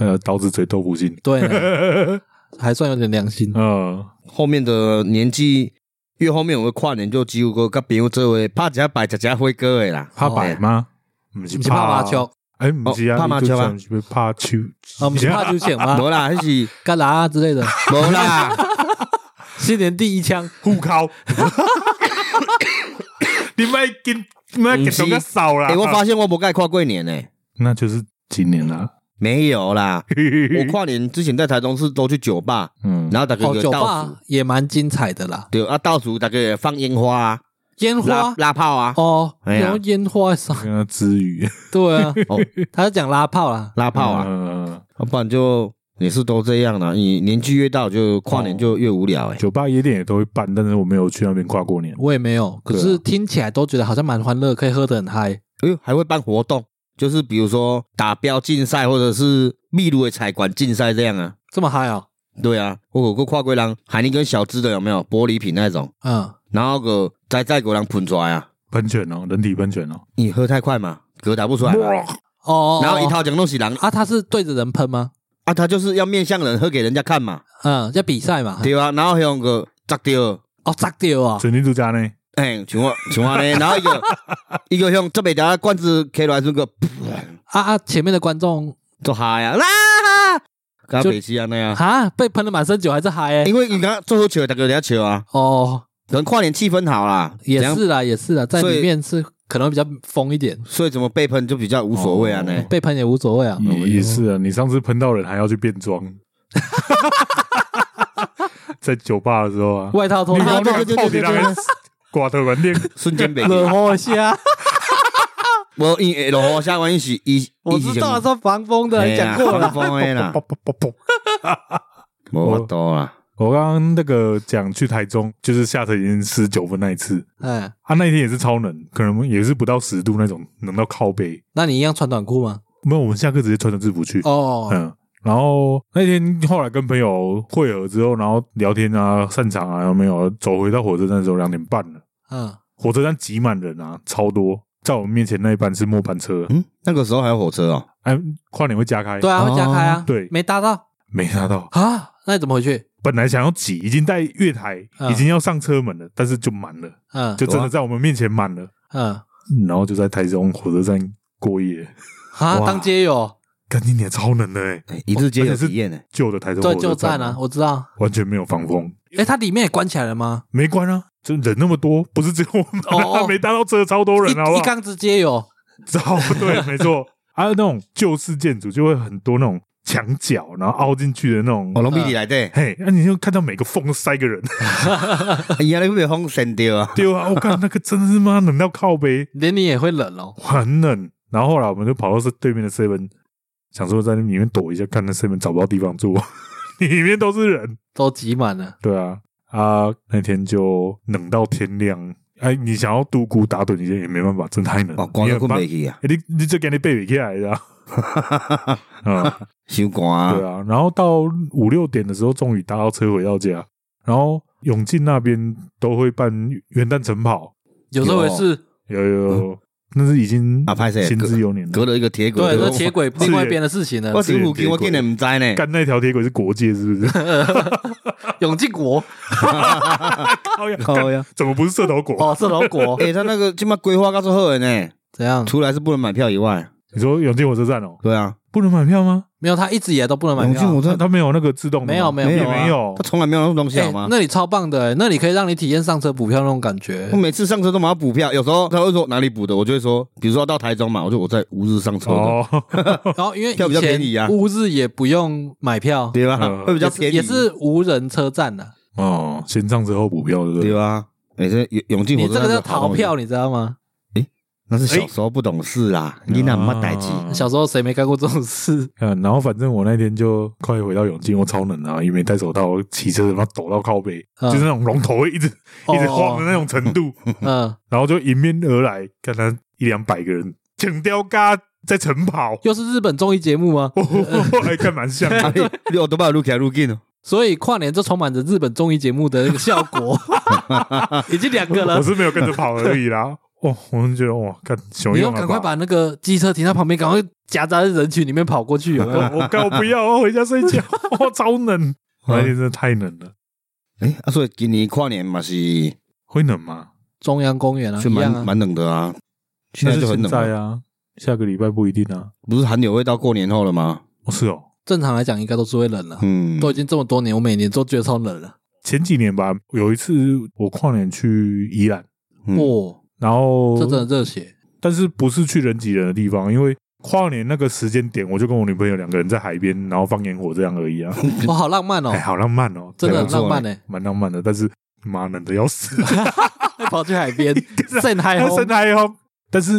呃，刀子嘴豆腐心。
对呢，还算有点良心。
嗯，
后面的年纪越后面，我的跨年就几乎个甲朋友做伙拍一下摆一下火锅的啦，
怕摆吗？不是
你怕麻球？
哎，不是啊，
哦怕麻将吗
你就怕球
啊，我们怕就险吗？
无啦，迄 是
干啦啊之类 的，
无啦，
新年第一枪，
互靠。 你卖跟卖给什么少 啦？
诶、哎我发现我无甲伊跨过年呢、
那就是今年 啦。
没有啦，我跨年之前在台中是都去酒吧，
嗯，
然后大家
哦，
个
酒
倒数
吧。也蛮精彩的啦，
对啊，倒数大家也放烟花啊，
烟
拉
花
拉炮啊，
哦，
哎呀
然后烟花啥？
跟他之语，
对啊，
哦
他是讲拉炮啦，
拉炮啊，
啊，
要不然就也是都这样啦。你年纪越大，就跨
哦
年就越无聊哎、欸。
酒吧夜店也都会办，但是我没有去那边跨过年。
我也没有，可
对
啊
是听起来都觉得好像蛮欢乐，可以喝得很嗨。
哎呦，还会办活动，就是比如说打标竞赛，或者是秘鲁的彩管竞赛这样啊。
这么嗨哦，
对啊，我有个跨过人海尼跟小只的有没有玻璃瓶那种？
嗯，
然后个再再给人喷出来啊！
喷泉哦，人体喷泉哦，
你喝太快嘛，嗝打不出来嘛。
哦，
然后一
哦
套讲弄是人
啊，他是对着人喷吗？
啊，他就是要面向人喝给人家看嘛，
嗯，要比赛嘛，
对啊。然后还有个砸掉，
哦，砸掉啊，
水泥度假呢？
哎，像我像我呢，然后一个 一个像这边条罐子开来是个。
啊啊，前面的观众
做嗨啊啦！跟
就
北西安那样，
啊被喷的满身酒还是嗨欸
因为你刚最后球，大家有在球啊，
哦，
可能跨年气氛好啦，
也
怎样，
是啦，也是啦，在
所以
里面是可能比较疯一点，
所以怎么被喷就比较无所谓啊呢
哦？
被喷也无所谓啊。
嗯
也也是啊，你上次喷到人还要去变 装，在酒吧的时候啊，
外套脱
你
掉
搞那个到底那
哦
边挂头软垫，
瞬间被，
惹火 虾，
我因落雨下关系是一，
我知道啊
他
是防风的，你讲过了。
风 的啦
啵，啵啵啵
无法度啦，
我刚刚那个讲去台中，就是下车已经十九分那一次，
哎，
啊，那一天也是超冷，可能也是不到十度那种，冷到靠背。
那你一样穿短裤吗？
没有，我们下课直接穿着制服去。
哦，
嗯，然后那天后来跟朋友会合之后，然后聊天啊、散场啊，有没有？走回到火车站的时候两点半了，
嗯，
火车站挤满人啊，超多。在我们面前那一班是末班车，
嗯，那个时候还有火车哦，
哎，跨年会加开，
对啊，会加开啊
哦，对
没搭到
没拿到。
啊，那你怎么回去？
本来想要挤，已经在月台，
嗯
已经要上车门了，但是就满了，
嗯，
就真的在我们面前满了，
嗯，
然后就在台中火车站过夜。
啊，
哇
当街友，
干你娘，超冷的哎、
哦
哎一日皆有
而且是
体验呢。
旧的台中火
对，
车
就
站
站啊，我知道。
完全没有防风，
哎，它里面也关起来了吗？
没关啊，就人那么多，不是只有我们、啊
哦
没搭到车，超多人，好
一
不
一
好？
缸子街友，
啊超对，没错。还有那种旧式建筑，就会很多那种墙角，然后凹进去的那种。
我龙鼻里来对，
嘿，那、你就看到每个缝都塞个人，
哎呀，那个被风扇掉啊！
对啊，我看那个真的是妈冷到靠背，
连你也会冷哦。
很冷。然后后来我们就跑到是对面的 seven，想说在那里面躲一下，看那 seven 找不到地方坐， 里面都是人。
都挤满了，
对啊，啊，那天就冷到天亮。哎，你想要独孤打盹，你也没办法，真太冷了。
哦，光
你
都
很
困
怕
不起啊，
欸、你你这给你背不起来的 啊、嗯，
伤寒
对
啊，
啊。然后到五六点的时候，终于搭到车回到家。然后永靖那边都会办元旦晨跑，
有时候也是，
有有，有那是已经
嗯啊拍谁
行之有年
隔
了。
了一个铁轨。
对，
我
那铁轨另外一边的事情呢
我。新附近我竟然唔知呢，
干那条铁轨是国界是不 是？
永靖国
靠呀，干
靠呀！
怎么不是社头国？
哦，是老国
哎，他那个今麦规划到最后的呢，
怎样？
除了是不能买票以外，
你说永靖火车站哦，
对啊，
不能买票吗？
没有，他一直以来都不能买
永
票
进
啊。
火
他
车
他没有那个自动的吗
没有没有
没
也
有啊
没有
他，从来没有那种东西好吗
哎？那里超棒的，那里可以让你体验上车补票那种感觉
我。每次上车都马上补票，有时候他会说哪里补的，我就会说，比如说要到台中嘛，我就我在乌日上车的，
哦，
然后因为
票比较
以前
便宜啊
乌日也不用买票，
对吧
嗯？
会比较
也是
便宜，
也是无人车站啊呐。
哦，先上车后补票，对不
对
对？
吧？哎，这永永进
你
火车
这
站
个
是
叫
好
逃
东西
票，，你知道吗？
那是小时候不懂事啦，你那没代志，
啊
小时候谁没干过这种事？
嗯，然后反正我那天就快回到永靖，我超冷啊，因为没戴手套，骑车他妈抖到靠背，
嗯
就是那种龙头会一直 一直晃
哦，
的那种程度，
嗯，
然后就迎面而来，看他一两百个人，整雕嘎在晨跑，
又是日本综艺节目吗？
哎，看蛮像的，
啊你我都把路开路进了，
所以跨年就充满着日本综艺节目的那个效果， 已经两个了
我。是没有跟着跑而已啦。哦，我就觉得哇，看熊
你要
样
赶
了
快
吧。
把那个机车停到旁边，赶快夹杂在人群里面跑过去，有没有？
我我刚不要，我要回家睡觉，我超冷，我
哦
那天真的太冷了，
哎，啊，所以今年跨年嘛是
会冷吗？
中央公园啊，
是
一
蛮
样啊。
蛮冷的啊，
那
现在
是
就很
现
冷
在
了，
啊，下个礼拜不一定啊。
不是寒流会到过年后了吗？
哦，是哦，
正常来讲，应该都是会冷了。
嗯，
都已经这么多年，我每年都觉得超冷了。
前几年吧，有一次我跨年去宜兰，
嗯
哦，
然后
这真的热血。
但是不是去人挤人的地方，因为跨年那个时间点，我就跟我女朋友两个人在海边，然后放烟火这样而已啊，
哇，好浪漫哦
哎、，好浪漫哦，
真的很
不错
浪漫呢。
蛮浪漫的，但是妈冷的要死，
跑去海边
个，
晒太 啊
还
阳
生。太哦。但是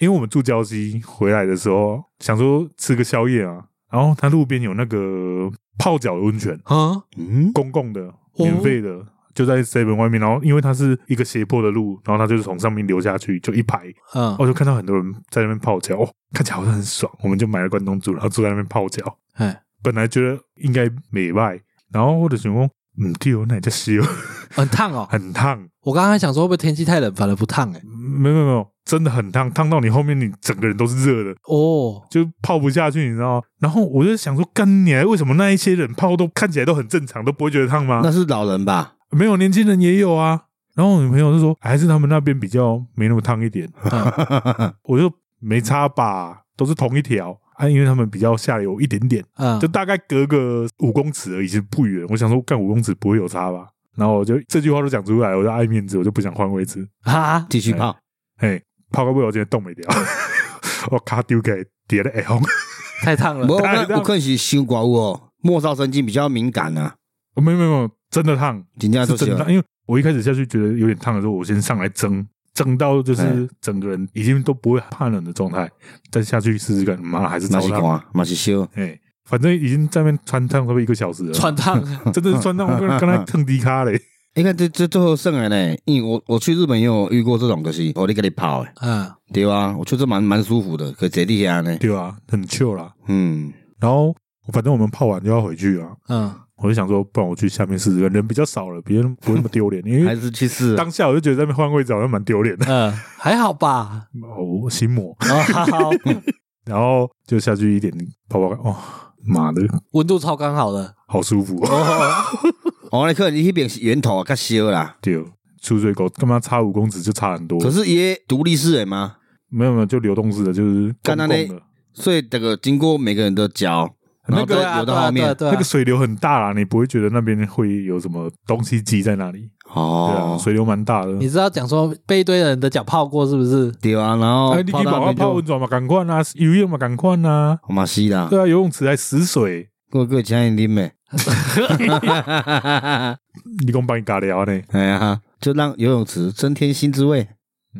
因为我们住礁溪，回来的时候想说吃个宵夜啊，然后它路边有那个泡脚的温泉，
啊，
嗯，
公共的、免费的，就在 seven 外面。然后因为它是一个斜坡的路，然后它就是从上面流下去，就一排。哦
嗯
我、，就看到很多人在那边泡脚，哦，看起来好像很爽。我们就买了关东煮，然后坐在那边泡脚。
哎，
本来觉得应该美败，然后或者想说，嗯，对哦，那也叫西哦，
很烫哦。
很烫。
我刚刚还想说，会不会天气太冷，反而不烫？哎，
没有没有没有，真的很烫，烫到你后面你整个人都是热的，
哦，
就泡不下去，你知道吗？然后我就想说，干你啊，为什么那一些人泡都看起来都很正常，都不会觉得烫吗？
那是老人吧？
没有，年轻人也有啊。然后我女朋友就说，还是他们那边比较没那么烫一 点。我就没差吧，都是同一条啊，因为他们比较下游一点点，
嗯
就，大概隔个五公尺而已，其实不远。我想说，干五公尺不会有差吧？然后我就这句话都讲出来，我就爱面子，我就不想换位置。
啊，
继续泡，
嘿，泡个杯，我今天冻没掉， 我卡丢给跌了哎红。
太烫了
我。
大概
我
这样
我可能是伤寡有哦，末梢神经比较敏感啊，
哦没有没有没有，真的烫，
真正
是
就
真
是
的啊烫。因为我一开始下去觉得有点烫的时候，我先上来蒸，蒸到
哎
就是整个人已经都不会怕冷的状态，再下去试试看，妈还是
嘛
超
是
烫。
寒，嘛是烧，
哎，反正已经在那边穿烫差不多一个小时了。
穿烫，
真的是穿到我 刚刚才蹭低咖嘞，
你看这这最后剩的呢，因为我我去日本也有遇过这种，就是我得给你泡的，
嗯，
对啊，我觉得蛮蛮舒服的，可以坐地下呢，
对啊，很 chill 啦。
嗯，
然后反正我们泡完就要回去啊，
嗯，
我就想说，不然我去下面试试看，人比较少了，别人不会那么丢脸。因
还
为
是去试啊，
当下我就觉得在那边换位置好像蛮丢脸的，
嗯，还好吧。
哦，心魔。
哦，好，
然后就下去一点泡泡看，哦，妈的，
温度超刚好的。
好舒服、哦。
哦，
哦，你可能你那边是源头啊，较烧啦，
对，出水狗干嘛差五公尺就差很多？
可是也独立式的嘛，
没有没有，就流动式的，就是公
干
共
那嘞啊
的。
所以这个经过每个人的脚然
那
后
个
再
对啊
游到
对啊
后面
对啊
那个
对啊
水流很大啦，你不会觉得那边会有什么东西积在那里。对啊，
哦，
水流蛮大的。
你知道讲说被一堆人的脚泡过是不是？
对啊，然
哦
后
哎，你
泡
去
到
把
那
它
边
泡
就
温泉嘛，赶快啊！游泳嘛，赶快啊！
马西啦，
对啊，游泳池还死水，
各个请你 啉的，
你讲帮你尬聊呢？
哎呀，就让游泳池增添新滋味。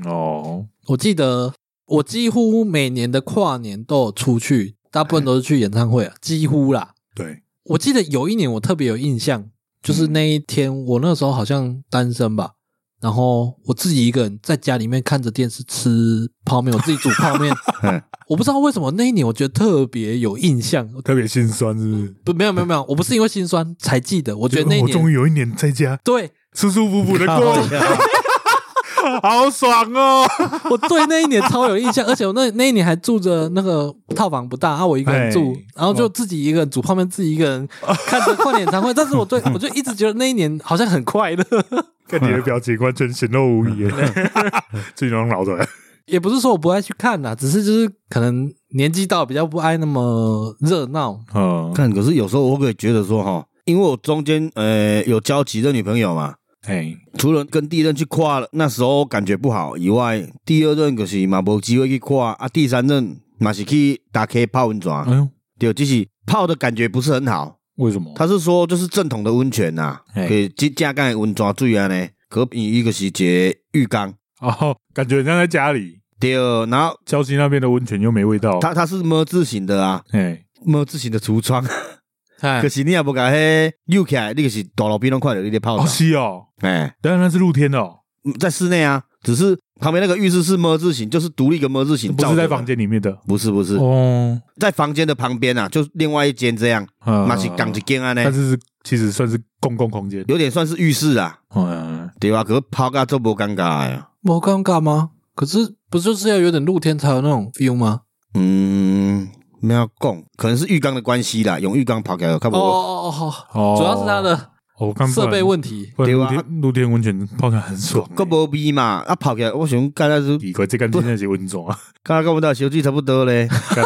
哦，
我记得我几乎每年的跨年都有出去，大部分都是去演唱会啊，几乎啦。
对，
我记得有一年我特别有印象，就是那一天我那时候好像单身吧，然后我自己一个人在家里面看着电视吃泡面，我自己煮泡 面
嗯。
我不知道为什么那一年我觉得特别有印象，
特别心酸，是不是？
不，没有没有没有，我不是因为心酸才记得，我觉得那一
我
年
终于有一年在家
对
舒舒服服 的过， 好爽哦！
我对那一年超有印象，而且我那那一年还住着那个套房不大，啊，我一个人住
哎，
然后就自己一个人煮泡面，自己一个人看着跨年演唱会。但是我对我就一直觉得那一年好像很快乐，
看你的表情完全显露无遗耶， 最终老的。
也不是说我不爱去看啦，只是就是可能年纪到了比较不爱那么热闹。
嗯，
看，可是有时候我会觉得说哈，因为我中间呃有交几任女朋友嘛，
哎，
除了跟第一任去跨了，那时候感觉不好以外，第二任就是嘛无机会去跨啊，第三任嘛是去打 K 泡温泉，啊
哎呦，
对，就是泡的感觉不是很好。
为什么？
他是说就是正统的温泉啊呐、
嘿
给即加盖温泉水啊呢，隔壁一个是一个浴缸，
哦，感觉人家在家里，
对，然后
礁溪那边的温泉又没味道。
它它是么字形的啊，
哎，
么字形的橱窗，
哎
可，是你也不甲迄扭起来，你就是大路边拢看到你在泡
哦
澡，
是哦，
哎、
当然那是露天的哦，
嗯在室内啊，只是旁边那个浴室是么字形，就是独立一个么字形，
不是在房，间里面的
不是不是，
哦。
在房间的旁边啊，就另外一间这样，
嗯
嘛是港一间啊呢
但，是是其实算是公共空间。
有点算是浴室啊，
嗯，
对吧？可是泡个做无尴尬啊呀、
我尴尬吗？可是不就是要有点露天才有那种 feel 吗？
嗯，没有讲，可能是浴缸的关系啦，用浴缸跑起来有看
哦
我。
哦哦哦，
哦
主要是它的
哦我刚不
设
然
备问题。
不然露
对啊
天露天温泉泡起来很爽欸。
个无味嘛，啊跑起来，我想干那是，
奇怪，这干真正是温泉啊！
干那跟我到小水差不多 咧。
干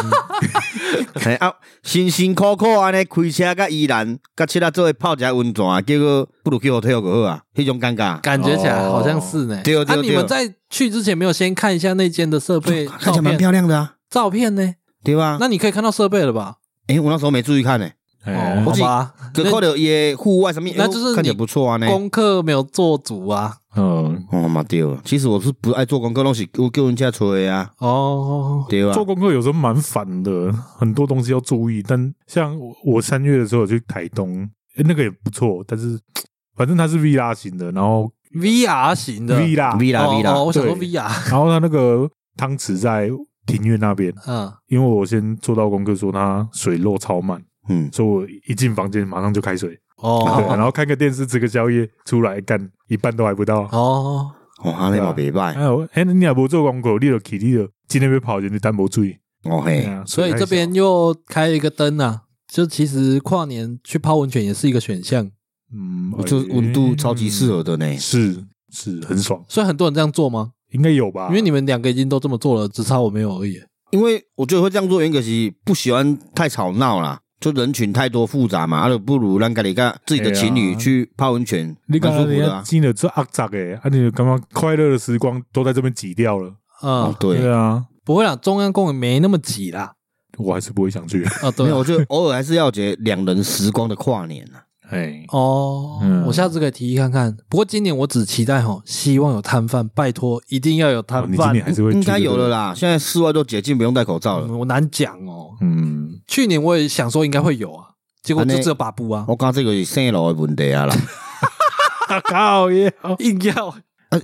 嘿啊，辛辛苦苦安尼开车甲宜兰，甲七仔做伙泡一下温泉，啊结果不如去我退休就好啊，迄种尴尬。
感觉起来好像是呢、
对对
那、
对
你们在去之前没有先看一下那间的设备
看
照
起来蛮
片？
漂亮的啊，
照片呢？
对吧？
那你可以看到设备了吧？哦
诶、我那时候没注意看呢、
哎
好
我自己
吧，
可看到伊户外什么，
那就是
诶看起来
你
不错啊呢。
功课没有做足啊。
嗯，
哦嘛对了，其实我是不爱做功课，拢是我叫人家做的啊，
哦，
对吧？啊
做功课有时候蛮烦的，很多东西要注意。但像我我三月的时候有去台东，诶那个也不错，但是反正它是 V 拉型的，然后
VR 型的
V 拉，
啊 V 啦 V
哦哦
啦，
我想说
对
VR，
然后它那个汤池在庭院那边，
嗯，
因为我先做到功课说它水漏超慢，
嗯，
所以我一进房间马上就开水，对，然
哦
后看个电视吃个宵夜，出来干一半都还不到。
哦，
哦，安尼嘛袂
哎
歹，
呦，哎，你也无做功课，你就起你就今天被跑进去单薄注意。
哦嘿。
对啊
所以
太
这边
小
又开了一个灯啊。就其实跨年去泡温泉也是一个选项，
嗯，
这温度超级适合
的，
的呢。
是是很爽，
所以很多人这样做吗？
应该有
啊
吧？
因为你们两个已经都这么做了，只差我没有而已。
因为我觉得会这样做，原因就是不喜欢太吵闹啦，就人群太多复杂嘛，啊，就不如让家里跟自己的情
对
侣
啊
去泡温泉，
你
蛮
刚
舒
刚
服
人
的
家
啊。
进了这阿杂哎，啊，你就刚刚快乐的时光都在这边挤掉了。
嗯
哦，，对，
啊，
不会啦，中央公园没那么挤啦。
我还是不会想去。
啊，
没
对
有，
啊，
我觉得偶尔还是要有节两人时光的跨年啊。
哎，
哦，
嗯
我下次可以提议看看。不过今年我只期待吼，希望有摊贩，拜托一定要有
哦
摊
你今
贩。
年还是会去
应该有了
对
啦，现在室外都解禁，不用戴口罩了。
嗯我难讲哦
不。对。嗯，
去年我也想说应该会有啊，结果就
啊那
只有把布
哦
啊，
我讲这个是生老的问题啊啦，
靠 耶！
硬要
啊，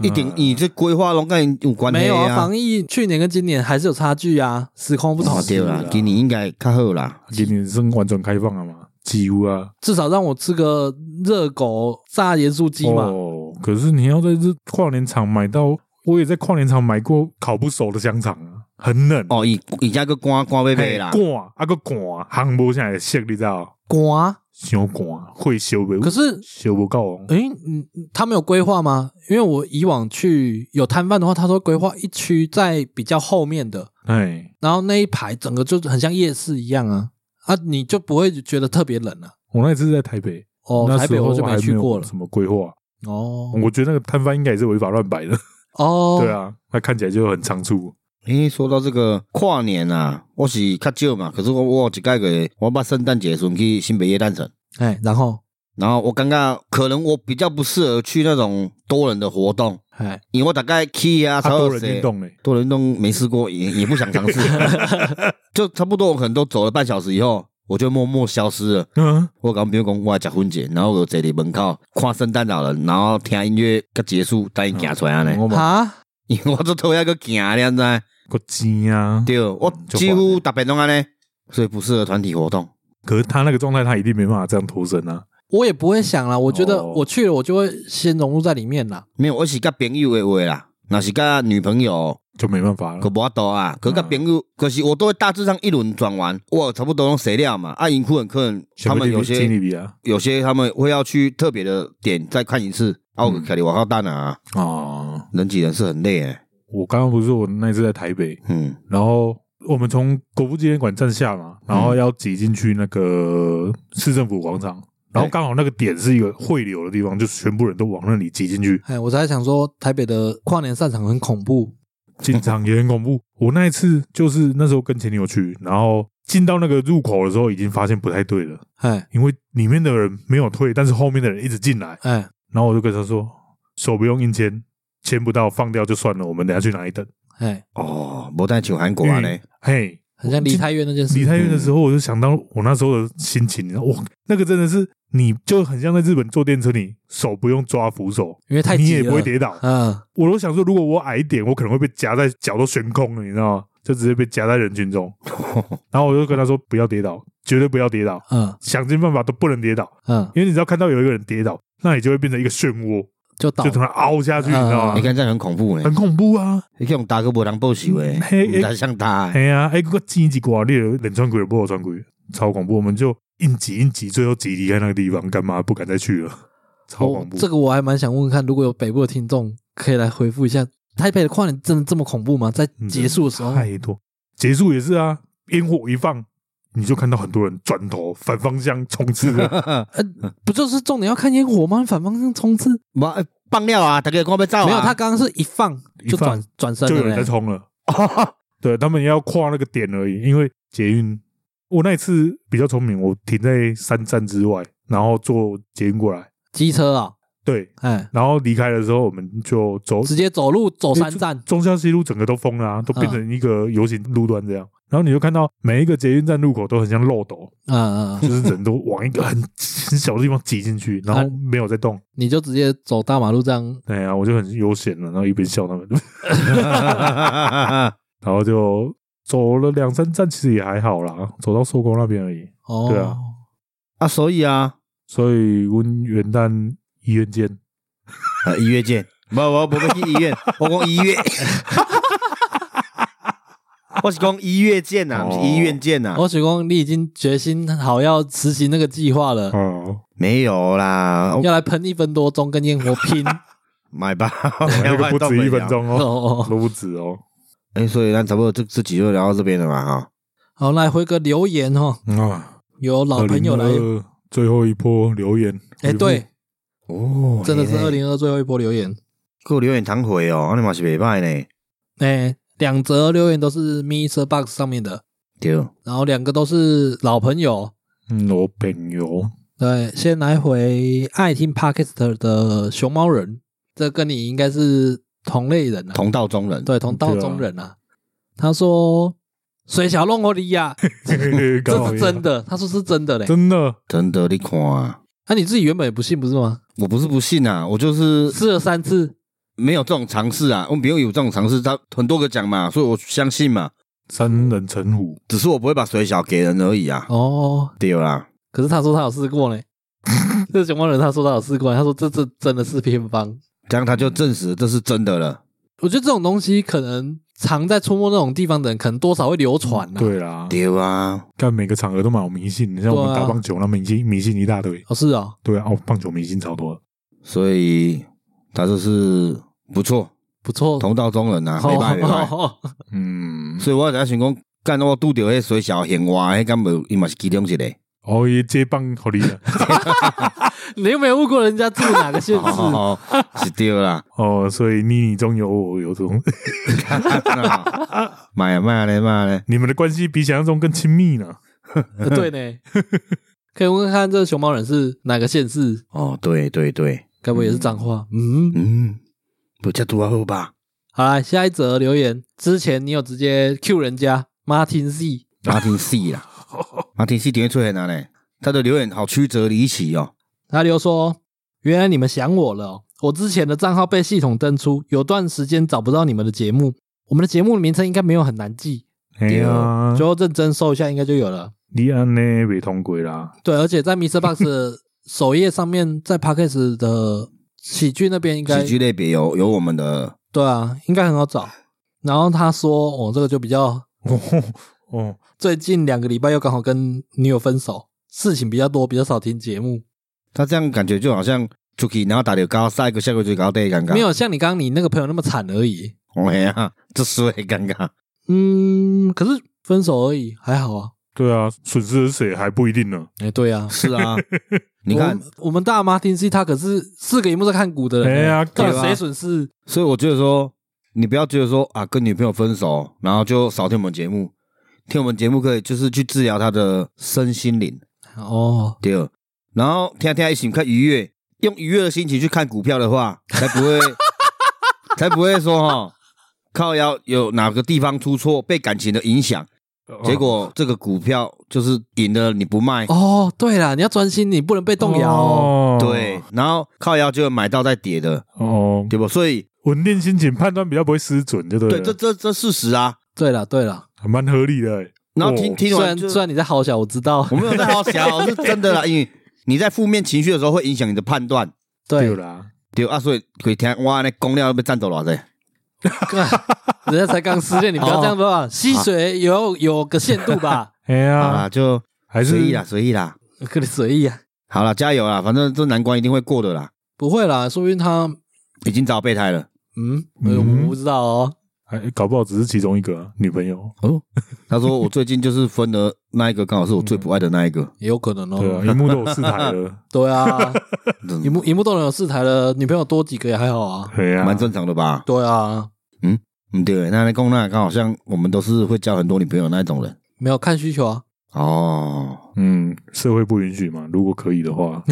一
嗯
定你这规划拢跟有关
没
系
有啊。
啊
防。疫去年跟今年还是有差距啊，时空不同
哦，，对
啊
啦，今年应该较好啦。
今年是完全开放了嘛？几乎啊，
至少让我吃个热狗炸盐酥鸡嘛。
哦，可是你要在这跨年场买到，我也在跨年场买过烤不熟的香肠啊，很冷。
哦，以以家个关关杯杯啦，
寒啊个寒，烘无啥会熟，你知道？
瓜，
伤寒会烧袂，
可是
烧不够哦。
诶，嗯，他们有规划吗？因为我以往去有摊贩的话，他说规划一区在比较后面的，
哎，
然后那一排整个就很像夜市一样啊。啊，你就不会觉得特别冷了。
我那一次是在台北，
哦，
那
台北
时候
我就
还
没去
有
过了。
什么规划？
哦
我觉得那个摊贩应该也是违法乱摆的。
哦，
对，啊，他看起来就很仓促。
诶、说到这个跨年啊，我是较少嘛，可是我我有一届个，我捌圣诞节的时候去新北耶诞城，
哎，然后
然后我感觉可能我比较不适合去那种多人的活动，
哎，
因为我大概去啊，
他
才
多
有
人运
谁。
动呢，欸
多人运动没试过，也也不 想尝试，就差不多我可能都走了半小时以后，我就默默消失了。
嗯，
我跟朋友讲，我要结婚节，然后我就坐在门口看圣诞老人，然后听音乐，到结束，等伊行出来呢。
嗯我嘛，
啊，
因为 我做头一个行，你知道吗？
个鸡啊！
对，我
嗯就
几乎大遍拢安尼，所以不适合团体活动。
可是他那个状态，他一定没办法这样脱身啊。
我也不会想啦，我觉得
哦
我去了，我就会先融入在里面啦。
没有，我是甲朋友的话啦，若是甲女朋友，
就没办法
可
了。
无多啊。可甲朋
嗯
友，可是我都会大致上一轮转完，我差不多拢谁了嘛。啊，因可能可能他们有
经
些
理比啊，
有些他们会要去特别的点再看一次。啊，我
嗯
肯定我靠蛋啊，
哦，
人挤人是很累诶。
我刚刚不是说我那一次在台北，
嗯，
然后我们从国父纪念馆站下
嗯
嘛，然后要挤进去那个市政府广场，然后刚好那个点是一个汇流的地方，就全部人都往那里挤进去，
哎，我才想说台北的跨年散场很恐怖
进场也很恐怖。我那一次就是那时候跟前女友去，然后进到那个入口的时候，已经发现不太对了，
哎
因为里面的人没有退，但是后面的人一直进来，
哎
然后我就跟他说，手不用硬签，签不到放掉就算了，我们等下去哪里等？
哎，
哦，无带像韩国安
因
尼
为，嘿，
很像离太远那件事。
离太远的时候，我就想到我那时候的心情，你知道哇，那个真的是，你就很像在日本坐电车，你手不用抓扶手，
因为太
你
挤
也
了
不会 跌倒。
嗯，
我都想说，如果我矮一点，我可能会被夹在脚都悬空了，你知道吗？就直接被夹在人群中。然后我就跟他说，不要跌倒，绝对不要跌倒，
嗯
想尽办法都不能跌倒，
嗯，
因为你只要看到有一个人跌倒，那你就会变成一个漩涡，
就倒
就突然凹下去，你知道
啊
你
吗？
看这样很恐怖呢
很。恐怖啊！
你看我们大哥无人报仇诶
嗯，嘿
唔敢像他的。
哎呀，哎，个挤一刮，你有冷穿鬼，不好穿鬼，超恐怖。我们就硬挤硬挤，最后挤离开那个地方，干嘛不敢再去了？超
我
恐怖。
哦这个我还蛮想问问看，如果有北部的听众，可以来回复一下，台北的跨年真的这么恐怖吗？在
嗯
结束的时候，
太多，结束也是啊，烟火一放，你就看到很多人转头反方向冲刺了。
呃，
嗯
不就是重点要看烟火吗？反方向冲刺，
无哎放尿啊，大家赶要走啊。
没有，他刚刚是一放
一
就
放
转转身
就有
了
人在
嘞。
冲了。 对他们要跨那个点而已，因为捷运。我那一次比较聪明，我停在三站之外，然后坐捷运过来。
机车啊，
对，
哎，
然后离开的时候，我们就走
直接走路走
因
三
为
站，
中中消西路整个都封了、啊，都变成一个游行路段这样。然后你就看到每一个捷运站入口都很像漏斗，
嗯嗯，嗯
就是人都往一个很很小的地方挤进去，然后没有在动。
你就直接走大马路这样，
哎呀，我就很悠闲了，然后一边 笑他们，然后就走了两三站，其实也还好啦，走到寿光那边而已。
哦，
对啊
啊，所以啊，
所以温元旦医院见，
啊医院见。无无，无要去医院， 我讲医院。我是讲医院见呐，不是医院见啊呐。
我哦许光，你已经决心好要实行那个计划了，
哦，
没有啦，我
要来喷一分多钟跟烟火拼
哦
买吧，
那个不止一分。钟
哦
哦，
哦。哦
都不止哦。
哎，所以咱差不多这这集就聊到这边了嘛哈。
好，来回个留言哦，
啊，
有老哦朋友来，
2022最后一波留言，
哎，对，
哦
真的是二，零二最后一波留言，
够留言堂回哦，你嘛是袂歹呢。
哎，两则留言都是 Mr. Box 上面的，
对，
然后两个都是老朋友。
嗯，我朋 友，
对，先来回爱听 Podcast 的熊猫人，这跟你应该是同类人啊，
同道中人。
对同道中人啊。他说水小弄我里 呀，这是真，的，他说是真的嘞。
真的，
真的，你看啊，
那、你自己原本也不信不是吗？
我不是不信啊，我就是
试了三次，
没有这种尝试啊。我们不用有这种尝试，他很多个讲嘛，所以我相信嘛。
三人成虎，
只是我不会把水小给人而已啊。
哦，
对啦，
可是他说他有试过 嘞。这熊猫人他说他有试过，他说这这真的是偏方。
这样他就证实这是真的了。
我觉得这种东西可能常在出没那种地方的人，可能多少会流传呐、
对啦，
对啊，
看每个场合都蛮有迷信，你像我们
对啊
打棒球，那迷信迷信一大堆，
哦，是哦，
对啊，哦，棒球迷信超多的，
所以他就是不错，
不错，
同道中人啊，
哦
没办法。
哦哦
嗯，
所以我在想讲，干我拄着迄水小咸蛙，迄敢无伊嘛是其中一个。
哦，伊接棒互你啊，
你又没有问过人家住哪个县 市？
哦，是对啦。
哦，所以你你中有我有这种，
买啊买嘞买嘞
，你们的关系比想象中更亲密呢。
呃对 呢，可以问问看这个熊猫人是哪个县市？
哦，对对对，
该不会也是彰化？嗯，
嗯，不叫拄啊好吧？
好啦，下一则留言之前你有直接 Q 人家 Martin Z，
马丁 C 啦，马丁 C 点会出现哪嘞？他的留言好曲折离奇哦。
他留说：“原来你们想我了哦、我之前的账号被系统登出，有段时间找不到你们的节目。我们的节目名称应该没有很难记，
哎呀，
最后认真搜一下应该就有了。
你安呢被通过啦，
对，而且在 Mr. Box 的首页上面，在 Podcast 的喜剧那边应该
喜剧类别有有我们的
对啊，应该很好找。然后他说：‘我、哦、这个就比较
哦哦，
最近两个礼拜又刚好跟女友分手，事情比较多，比较少听节目。
他这样感觉就好像出去，然后打到高，下一个下个就搞得尴尬。
没，有像你刚刚你那个朋友那么惨而已。
哎呀，这是会尴 尬。
嗯，可是分手而已，还好啊。
对啊，损失是谁还不一定呢。
哎、对啊，
是啊，你
我
看
们，我们大妈丁 C 他可是四个荧幕在看股的人、
哎呀
到底
对吧
谁损失？
所以我觉得说，你不要觉得说啊，跟女朋友分手，然后就少听我们节目，听我们节目可以就是去治疗她的身心灵，
哦，
对。然后听听一起看愉悦，用愉悦的心情去看股票的话，才 不会，才不会说哈，靠腰有哪个地方出错，被感情的影响，
啊
结果这个股票就是赢了你不卖，
哦，对啦，你要专心，你不能被动摇、哦。
哦
对，然后靠腰就买到再跌的，
哦，
嗯
对不？所以
稳定心情判断比较不会失准，对不
对，
啊
对？
这这这事实啊。
对啦，对啦，
还蛮合理的欸。
然后听
哦
听
虽
完
然
就。
虽然你在嚎笑，我知道
我。没有在好小，是真的啦，因为你在负面情绪的时候会影响你的判断。
对，
啦，
对啊，所以可以听哇，那公料被战斗了噻。
干 人家才刚失恋，你不要这样说啊。吸水有有个限度 吧，
哎
好啦，
呀，
就
还是
啊随意啦，随意啦。
可你随意啊。
好啦，加油啦，反正这难关一定会过的啦。
不会啦，说不定他
已经找备胎了。
嗯，哎呦
嗯
我不知道哦。
哎，搞不好只是其中一个啊女朋友，
哦，他说我最近就是分了那一个，刚好是我最不爱的那一个。
也有可能
对啊，
哦，
荧幕都有四台 了，
对啊，
嗯
荧幕荧幕都能有四台了，女朋友多几个也还好啊。
对啊，
蛮正常的吧？
对啊，
嗯，对，那那公那刚好像我们都是会交很多女朋友那一种人。
没有看需求啊。
哦，
嗯，社会不允许嘛，如果可以的 话，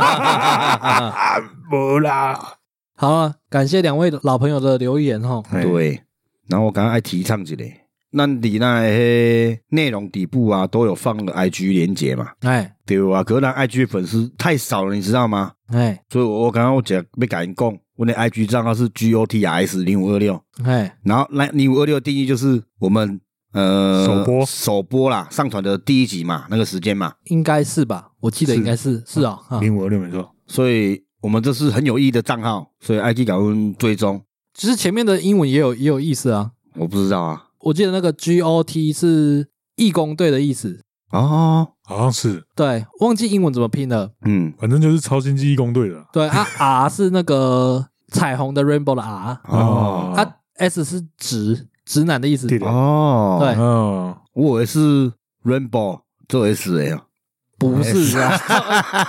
啊，没啦，
好啊，感谢两位老朋友的留言哦哈。
哎，
对。然后我刚刚爱提倡一个，那你那些内容底部啊都有放了 IG 连接嘛？
哎
对啊，可是咱 IG 的粉丝太少了，你知道吗？
哎
所以我我刚刚我讲没敢讲，我的 IG 账号是 GOTRS 零五二六，
哎
然后那零五二六定义就是我们呃
首播
首播啦，上传的第一集嘛，那个时间嘛，
应该是吧？我记得
是
应该是是啊、啊
零五二六没错，
所以我们这是很有意义的账号，所以 IG 搞问追踪，
其实前面的英文也有也有意思啊。
我不知道啊，
我记得那个 G O T 是义工队的意思，
哦，
好像是，
对，忘记英文怎么拼了。
嗯，
反正就是超新记义工队的
对 啊，R 是那个彩虹的 rainbow 的 R，
哦
啊 S 是直直男的意思。
对的
哦，
对
嗯，
我以为是 Rainbow 做 S A 啊，
不是啊，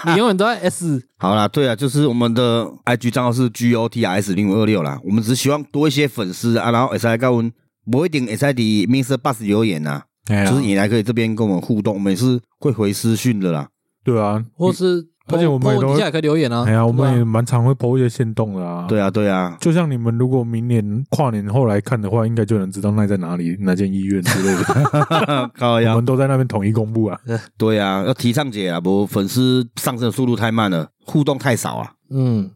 你永远都在 S。
好啦，对啊，就是我们的 IG 账号是 GOTRS 零五二六啦。我们只希望多一些粉丝啊，然后 S I 跟我们不一定 S I 的 Mr. Bus 留言呐、
哎呀
就是你来可以这边跟我们互动，我们也是会回私讯的啦。
对啊，
或是
而且我们也都
底
会
下也可以留言啊。
哎呀，我
对
们
吧
也蛮常会播一些线动的啊，
对。啊，对啊，
就像你们如果明年跨年后来看的话，应该就能知道那在哪里、哪间医院之类 的。
高
哎
我
呀，
们都在那边统一公布啊。
对啊，要提倡姐啊，不粉丝上升的速度太慢了，互动太少啊。
嗯，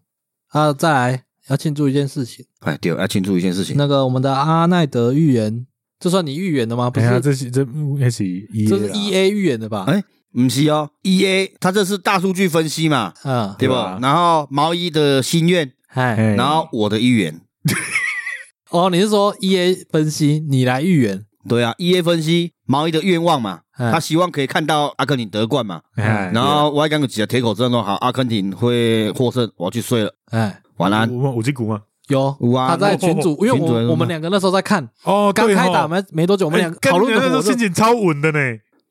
啊，再来要庆祝一件事情。
哎，对，要庆祝一件事情。
嗯
那个我们的阿奈德预言，这算你预言的吗？不
哎
是，
呀，
这
这是这那是 E，
是 E A 预言的吧？
哎不是哦，E A 它这是大数据分析嘛，
嗯，
对
对吧
啊？
然后毛衣的心愿，
哎，
哎
然后我的预言，
哦，你是说 E A 分析，你来预言？
对啊，E A 分析毛衣的愿望嘛，
嗯
他希望可以看到阿根廷得冠嘛。
哎，
然后我还哦刚刚几个铁口直断说好，阿根廷会获胜，我要去睡了，
哎，
晚安。
我我这股嘛，
有
有啊
他在群主，因为
群组还是
我我们两个那时候在看，
哦，
刚
对
开
吼
打没没多久，我们两个
哎
讨论
干你
的火
那时候
热
心，情超稳的呢。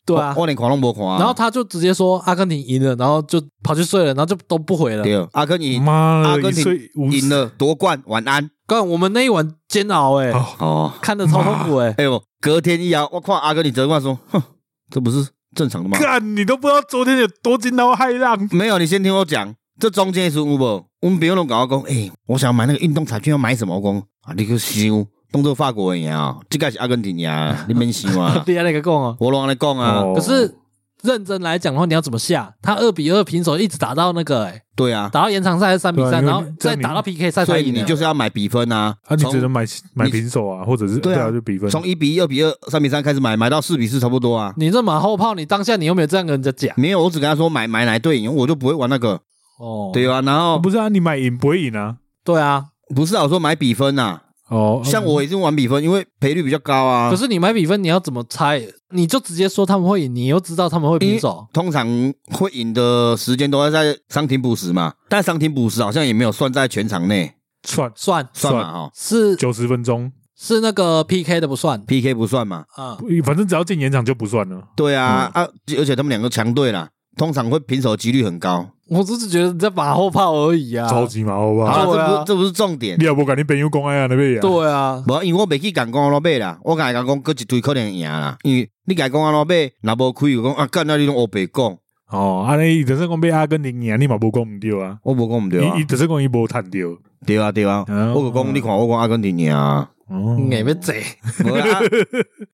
对啊
我，我连看拢无看啊。
然后他就直接说阿根廷赢了，然后就跑去睡了，然后就都不回了。
对，阿根廷
妈
阿
的，
根
一
廷
岁五
赢了夺冠，晚安。
刚我们那一晚煎熬哎、
哦
哦，
看的超痛苦哎、
哎呦，隔天一啊，我看阿根廷夺冠说，哼，这不是正常的吗？
干，你都不知道昨天有多惊涛骇浪。
没有，你先听我讲，这中间是有无？我们朋友拢搞我讲，哎、我想买那个运动彩券要买什么？我讲啊，你去想，当做法国人啊，这个是阿根廷 呀，你免想啊，
厉害那个共哦。
我拢来讲啊，
哦
可是认真来讲的话，你要怎么下？他二比二平手，一直打到那个哎、
对啊，
打到延长赛还是三比
对啊
三，
因为
然后再打到 PK 赛
所
才
以
赢
你
的。
就是要买比分啊，
啊，你只能
从
买买
你
平手啊，或者是
对啊
啊，就比分。
从一比一、二比二、三比三开始买，买到四比四差不多啊。
你这马后炮，你当下你又没有这样跟人家讲
没有，我只跟他说买买哪一队赢，我就不会玩那个，
哦。
对啊。然后
不是啊，你买赢不会赢啊。
对啊，
不是啊，我说买比分呐，
哦，
像我已经玩比分，因为赔率比较高啊。
可是你买比分，你要怎么猜？你就直接说他们会赢，你又知道他们会平手。
通常会赢的时间都要在伤停补时嘛，但伤停补时好像也没有算在全场内，
算
算
算嘛
算
哈、哦、
是
九十分钟，
是那个 PK 的不算
，PK 不算嘛？
啊、
反正只要进延长就不算了。
对啊、
嗯
啊，而且他们两个强队啦，通常会平手几率很高。
我只是觉得你在马后炮而已啊。
超级嘛，好不好？
好
对啊
了、这不是这不是重点
你，也不敢你朋友讲哎呀那边呀，
对啊，
无因为我未去讲讲阿罗贝啦，我敢讲讲各一队可能赢啦，因为你敢讲阿罗贝，若无开有讲啊，干那你拢乌白讲，
哦，安尼伊就算讲被阿根廷赢，你嘛无讲毋对啊，
我无讲毋对啊
伊伊，就算讲伊无趁着，
对啊对啊，
哦
我就讲你看我讲阿根廷赢啊。
哦，
你被贼
无啦，啊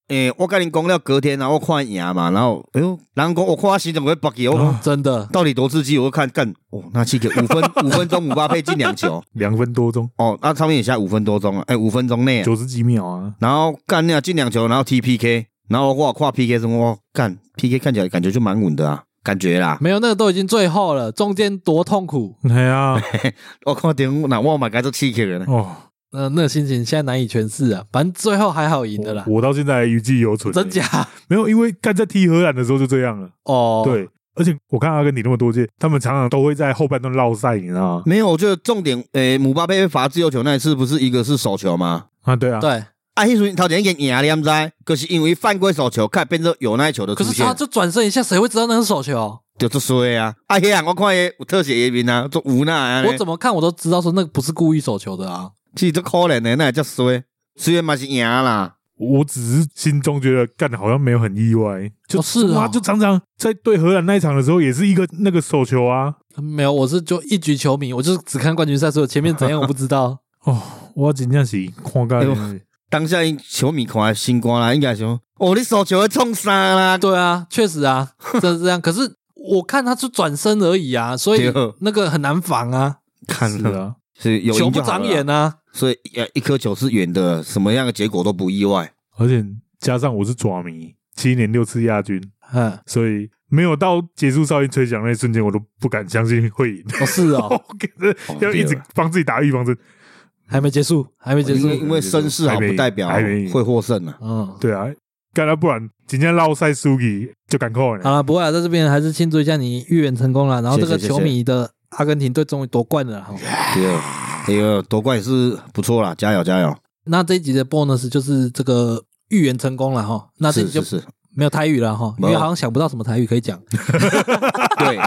诶、我跟你讲了，隔天然啊后我看赢嘛，然后哎呦，人讲我看我心怎么会爆起，我讲
哦
真的
到底多刺激？我就看干哦，那七个五分五分钟五八配进两球
两分多钟，
哦，那他们也下五分多钟了，哎、五分钟
嗯
内啊，
九十几秒啊，
然后干那进两球，然后踢 PK，然后我跨 PK 什么，我干 PK 看起来感觉就蛮稳的啊，感觉啦，
没有那个都已经最后了，中间多痛苦，
系 啊，
我看点那我买该做七个人，啊
哦，
那、那个心情现在难以诠释啊。反正最后还好赢的啦，
我我到现在还余悸犹存，
真假？
没有，因为干在踢荷兰的时候就这样了，
哦，，
对，而且我看阿根廷那么多届，他们常常都会在后半段落赛，你知道吗？
嗯
没有，我觉得重点，诶、姆巴佩罚自由球那一次不是一个是手球吗？
啊，对啊，
对。
啊，迄时阵头前已经赢了，你毋知，可是因为犯规手球，看变成有那一球的
可
出
是
现
他，就转身一下，谁会知道那是手球？
就做衰啊！啊，迄人我看伊有特写移民啊，做无奈
哎
啊，
我怎么看我都知道说那个不是故意手球的啊。
其实这可怜的，那也叫衰。虽然嘛是赢啦，
我只是心中觉得干好像没有很意外，就
哦是啊
哇就常常在对荷兰那一场的时候，也是一个那个手球啊，
没有，我是就一局球迷，我就是只看冠军赛，所以前面怎样我不知 道。
哦，我真正是看
哎
干
呦。当下因球迷看的心肝啦，应该想，哦，你手球会创啥啦？
对啊，确实啊，真是这样。可是我看他是转身而已啊，所以
对
那个很难防啊，
看
是
了
啊，
是有
球
赢
不
就好
长
了
眼
啦，
啊。
所以呃，一颗球是圆的，什么样的结果都不意 外。
而且加上我是爪迷，七年六次亚军，
嗯，
所以没有到结束哨音吹响那一瞬间，我都不敢相信会赢。
哦是 哦，
我感觉 要一
哦对
直
了
帮自己打预防针。
还没结束，还没结
哦因
束
为。因为声势好，
还没
不代表
还没赢
会获胜啊。
嗯，
对啊，干了不然今天绕赛输给就赶快
好
了。
了，不会啊，在这边还是庆祝一下你预言成功了。然后这个
谢谢谢谢
球迷的阿根廷队终于夺冠了哈。
对，哎呦，夺冠也是不错啦，加油加油！
那这一集的 bonus 就是这个预言成功了哈。那这一
是
集就是
是，
没有台语了哈，因
没有
为好像想不到什么台语可以 讲。
对，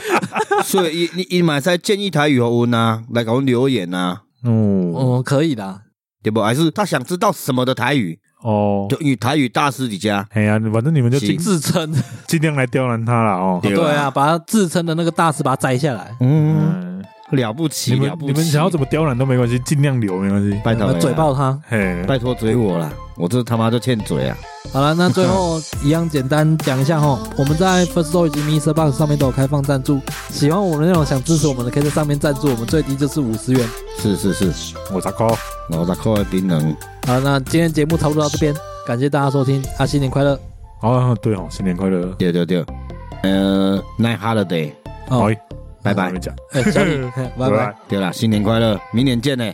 所以你你买菜建议台语和温啊，来给我们留言啊，
哦
嗯，可以啦。
对不？还是他想知道什么的台语，
哦，
就与台语大师你家，
哎呀，反正你们就尽
自
是
称
尽量来刁难他了哦。
对啊
对啊，把他自称的那个大师把他摘下来，
嗯，
嗯，
了不
你
起，
们
了不起！
你们想要怎么刁难都没关系，尽量留没关系。
拜托
呃嘴
了
爆他。
嘿，
拜托追我啦，我这他妈就欠嘴啊！
好了，那最后一样简单讲一下哈，我们在 First Story 及 Mr. Box 上面都有开放赞助，喜欢我们的内容想支持我们的，可以在上面赞助，我们最低就是五十元。
是是是，
我咋搞？
我在扣槟榔，
好，那今天节目差不多到这边，感谢大家收听，啊，新年快乐！
哦，对哦，新年快乐！
对对对，呃，Night Holiday，
哦
好，
拜
我
拜
们，讲，
哎，小李，嘿拜拜。
对啦，新年快乐，明年见呢、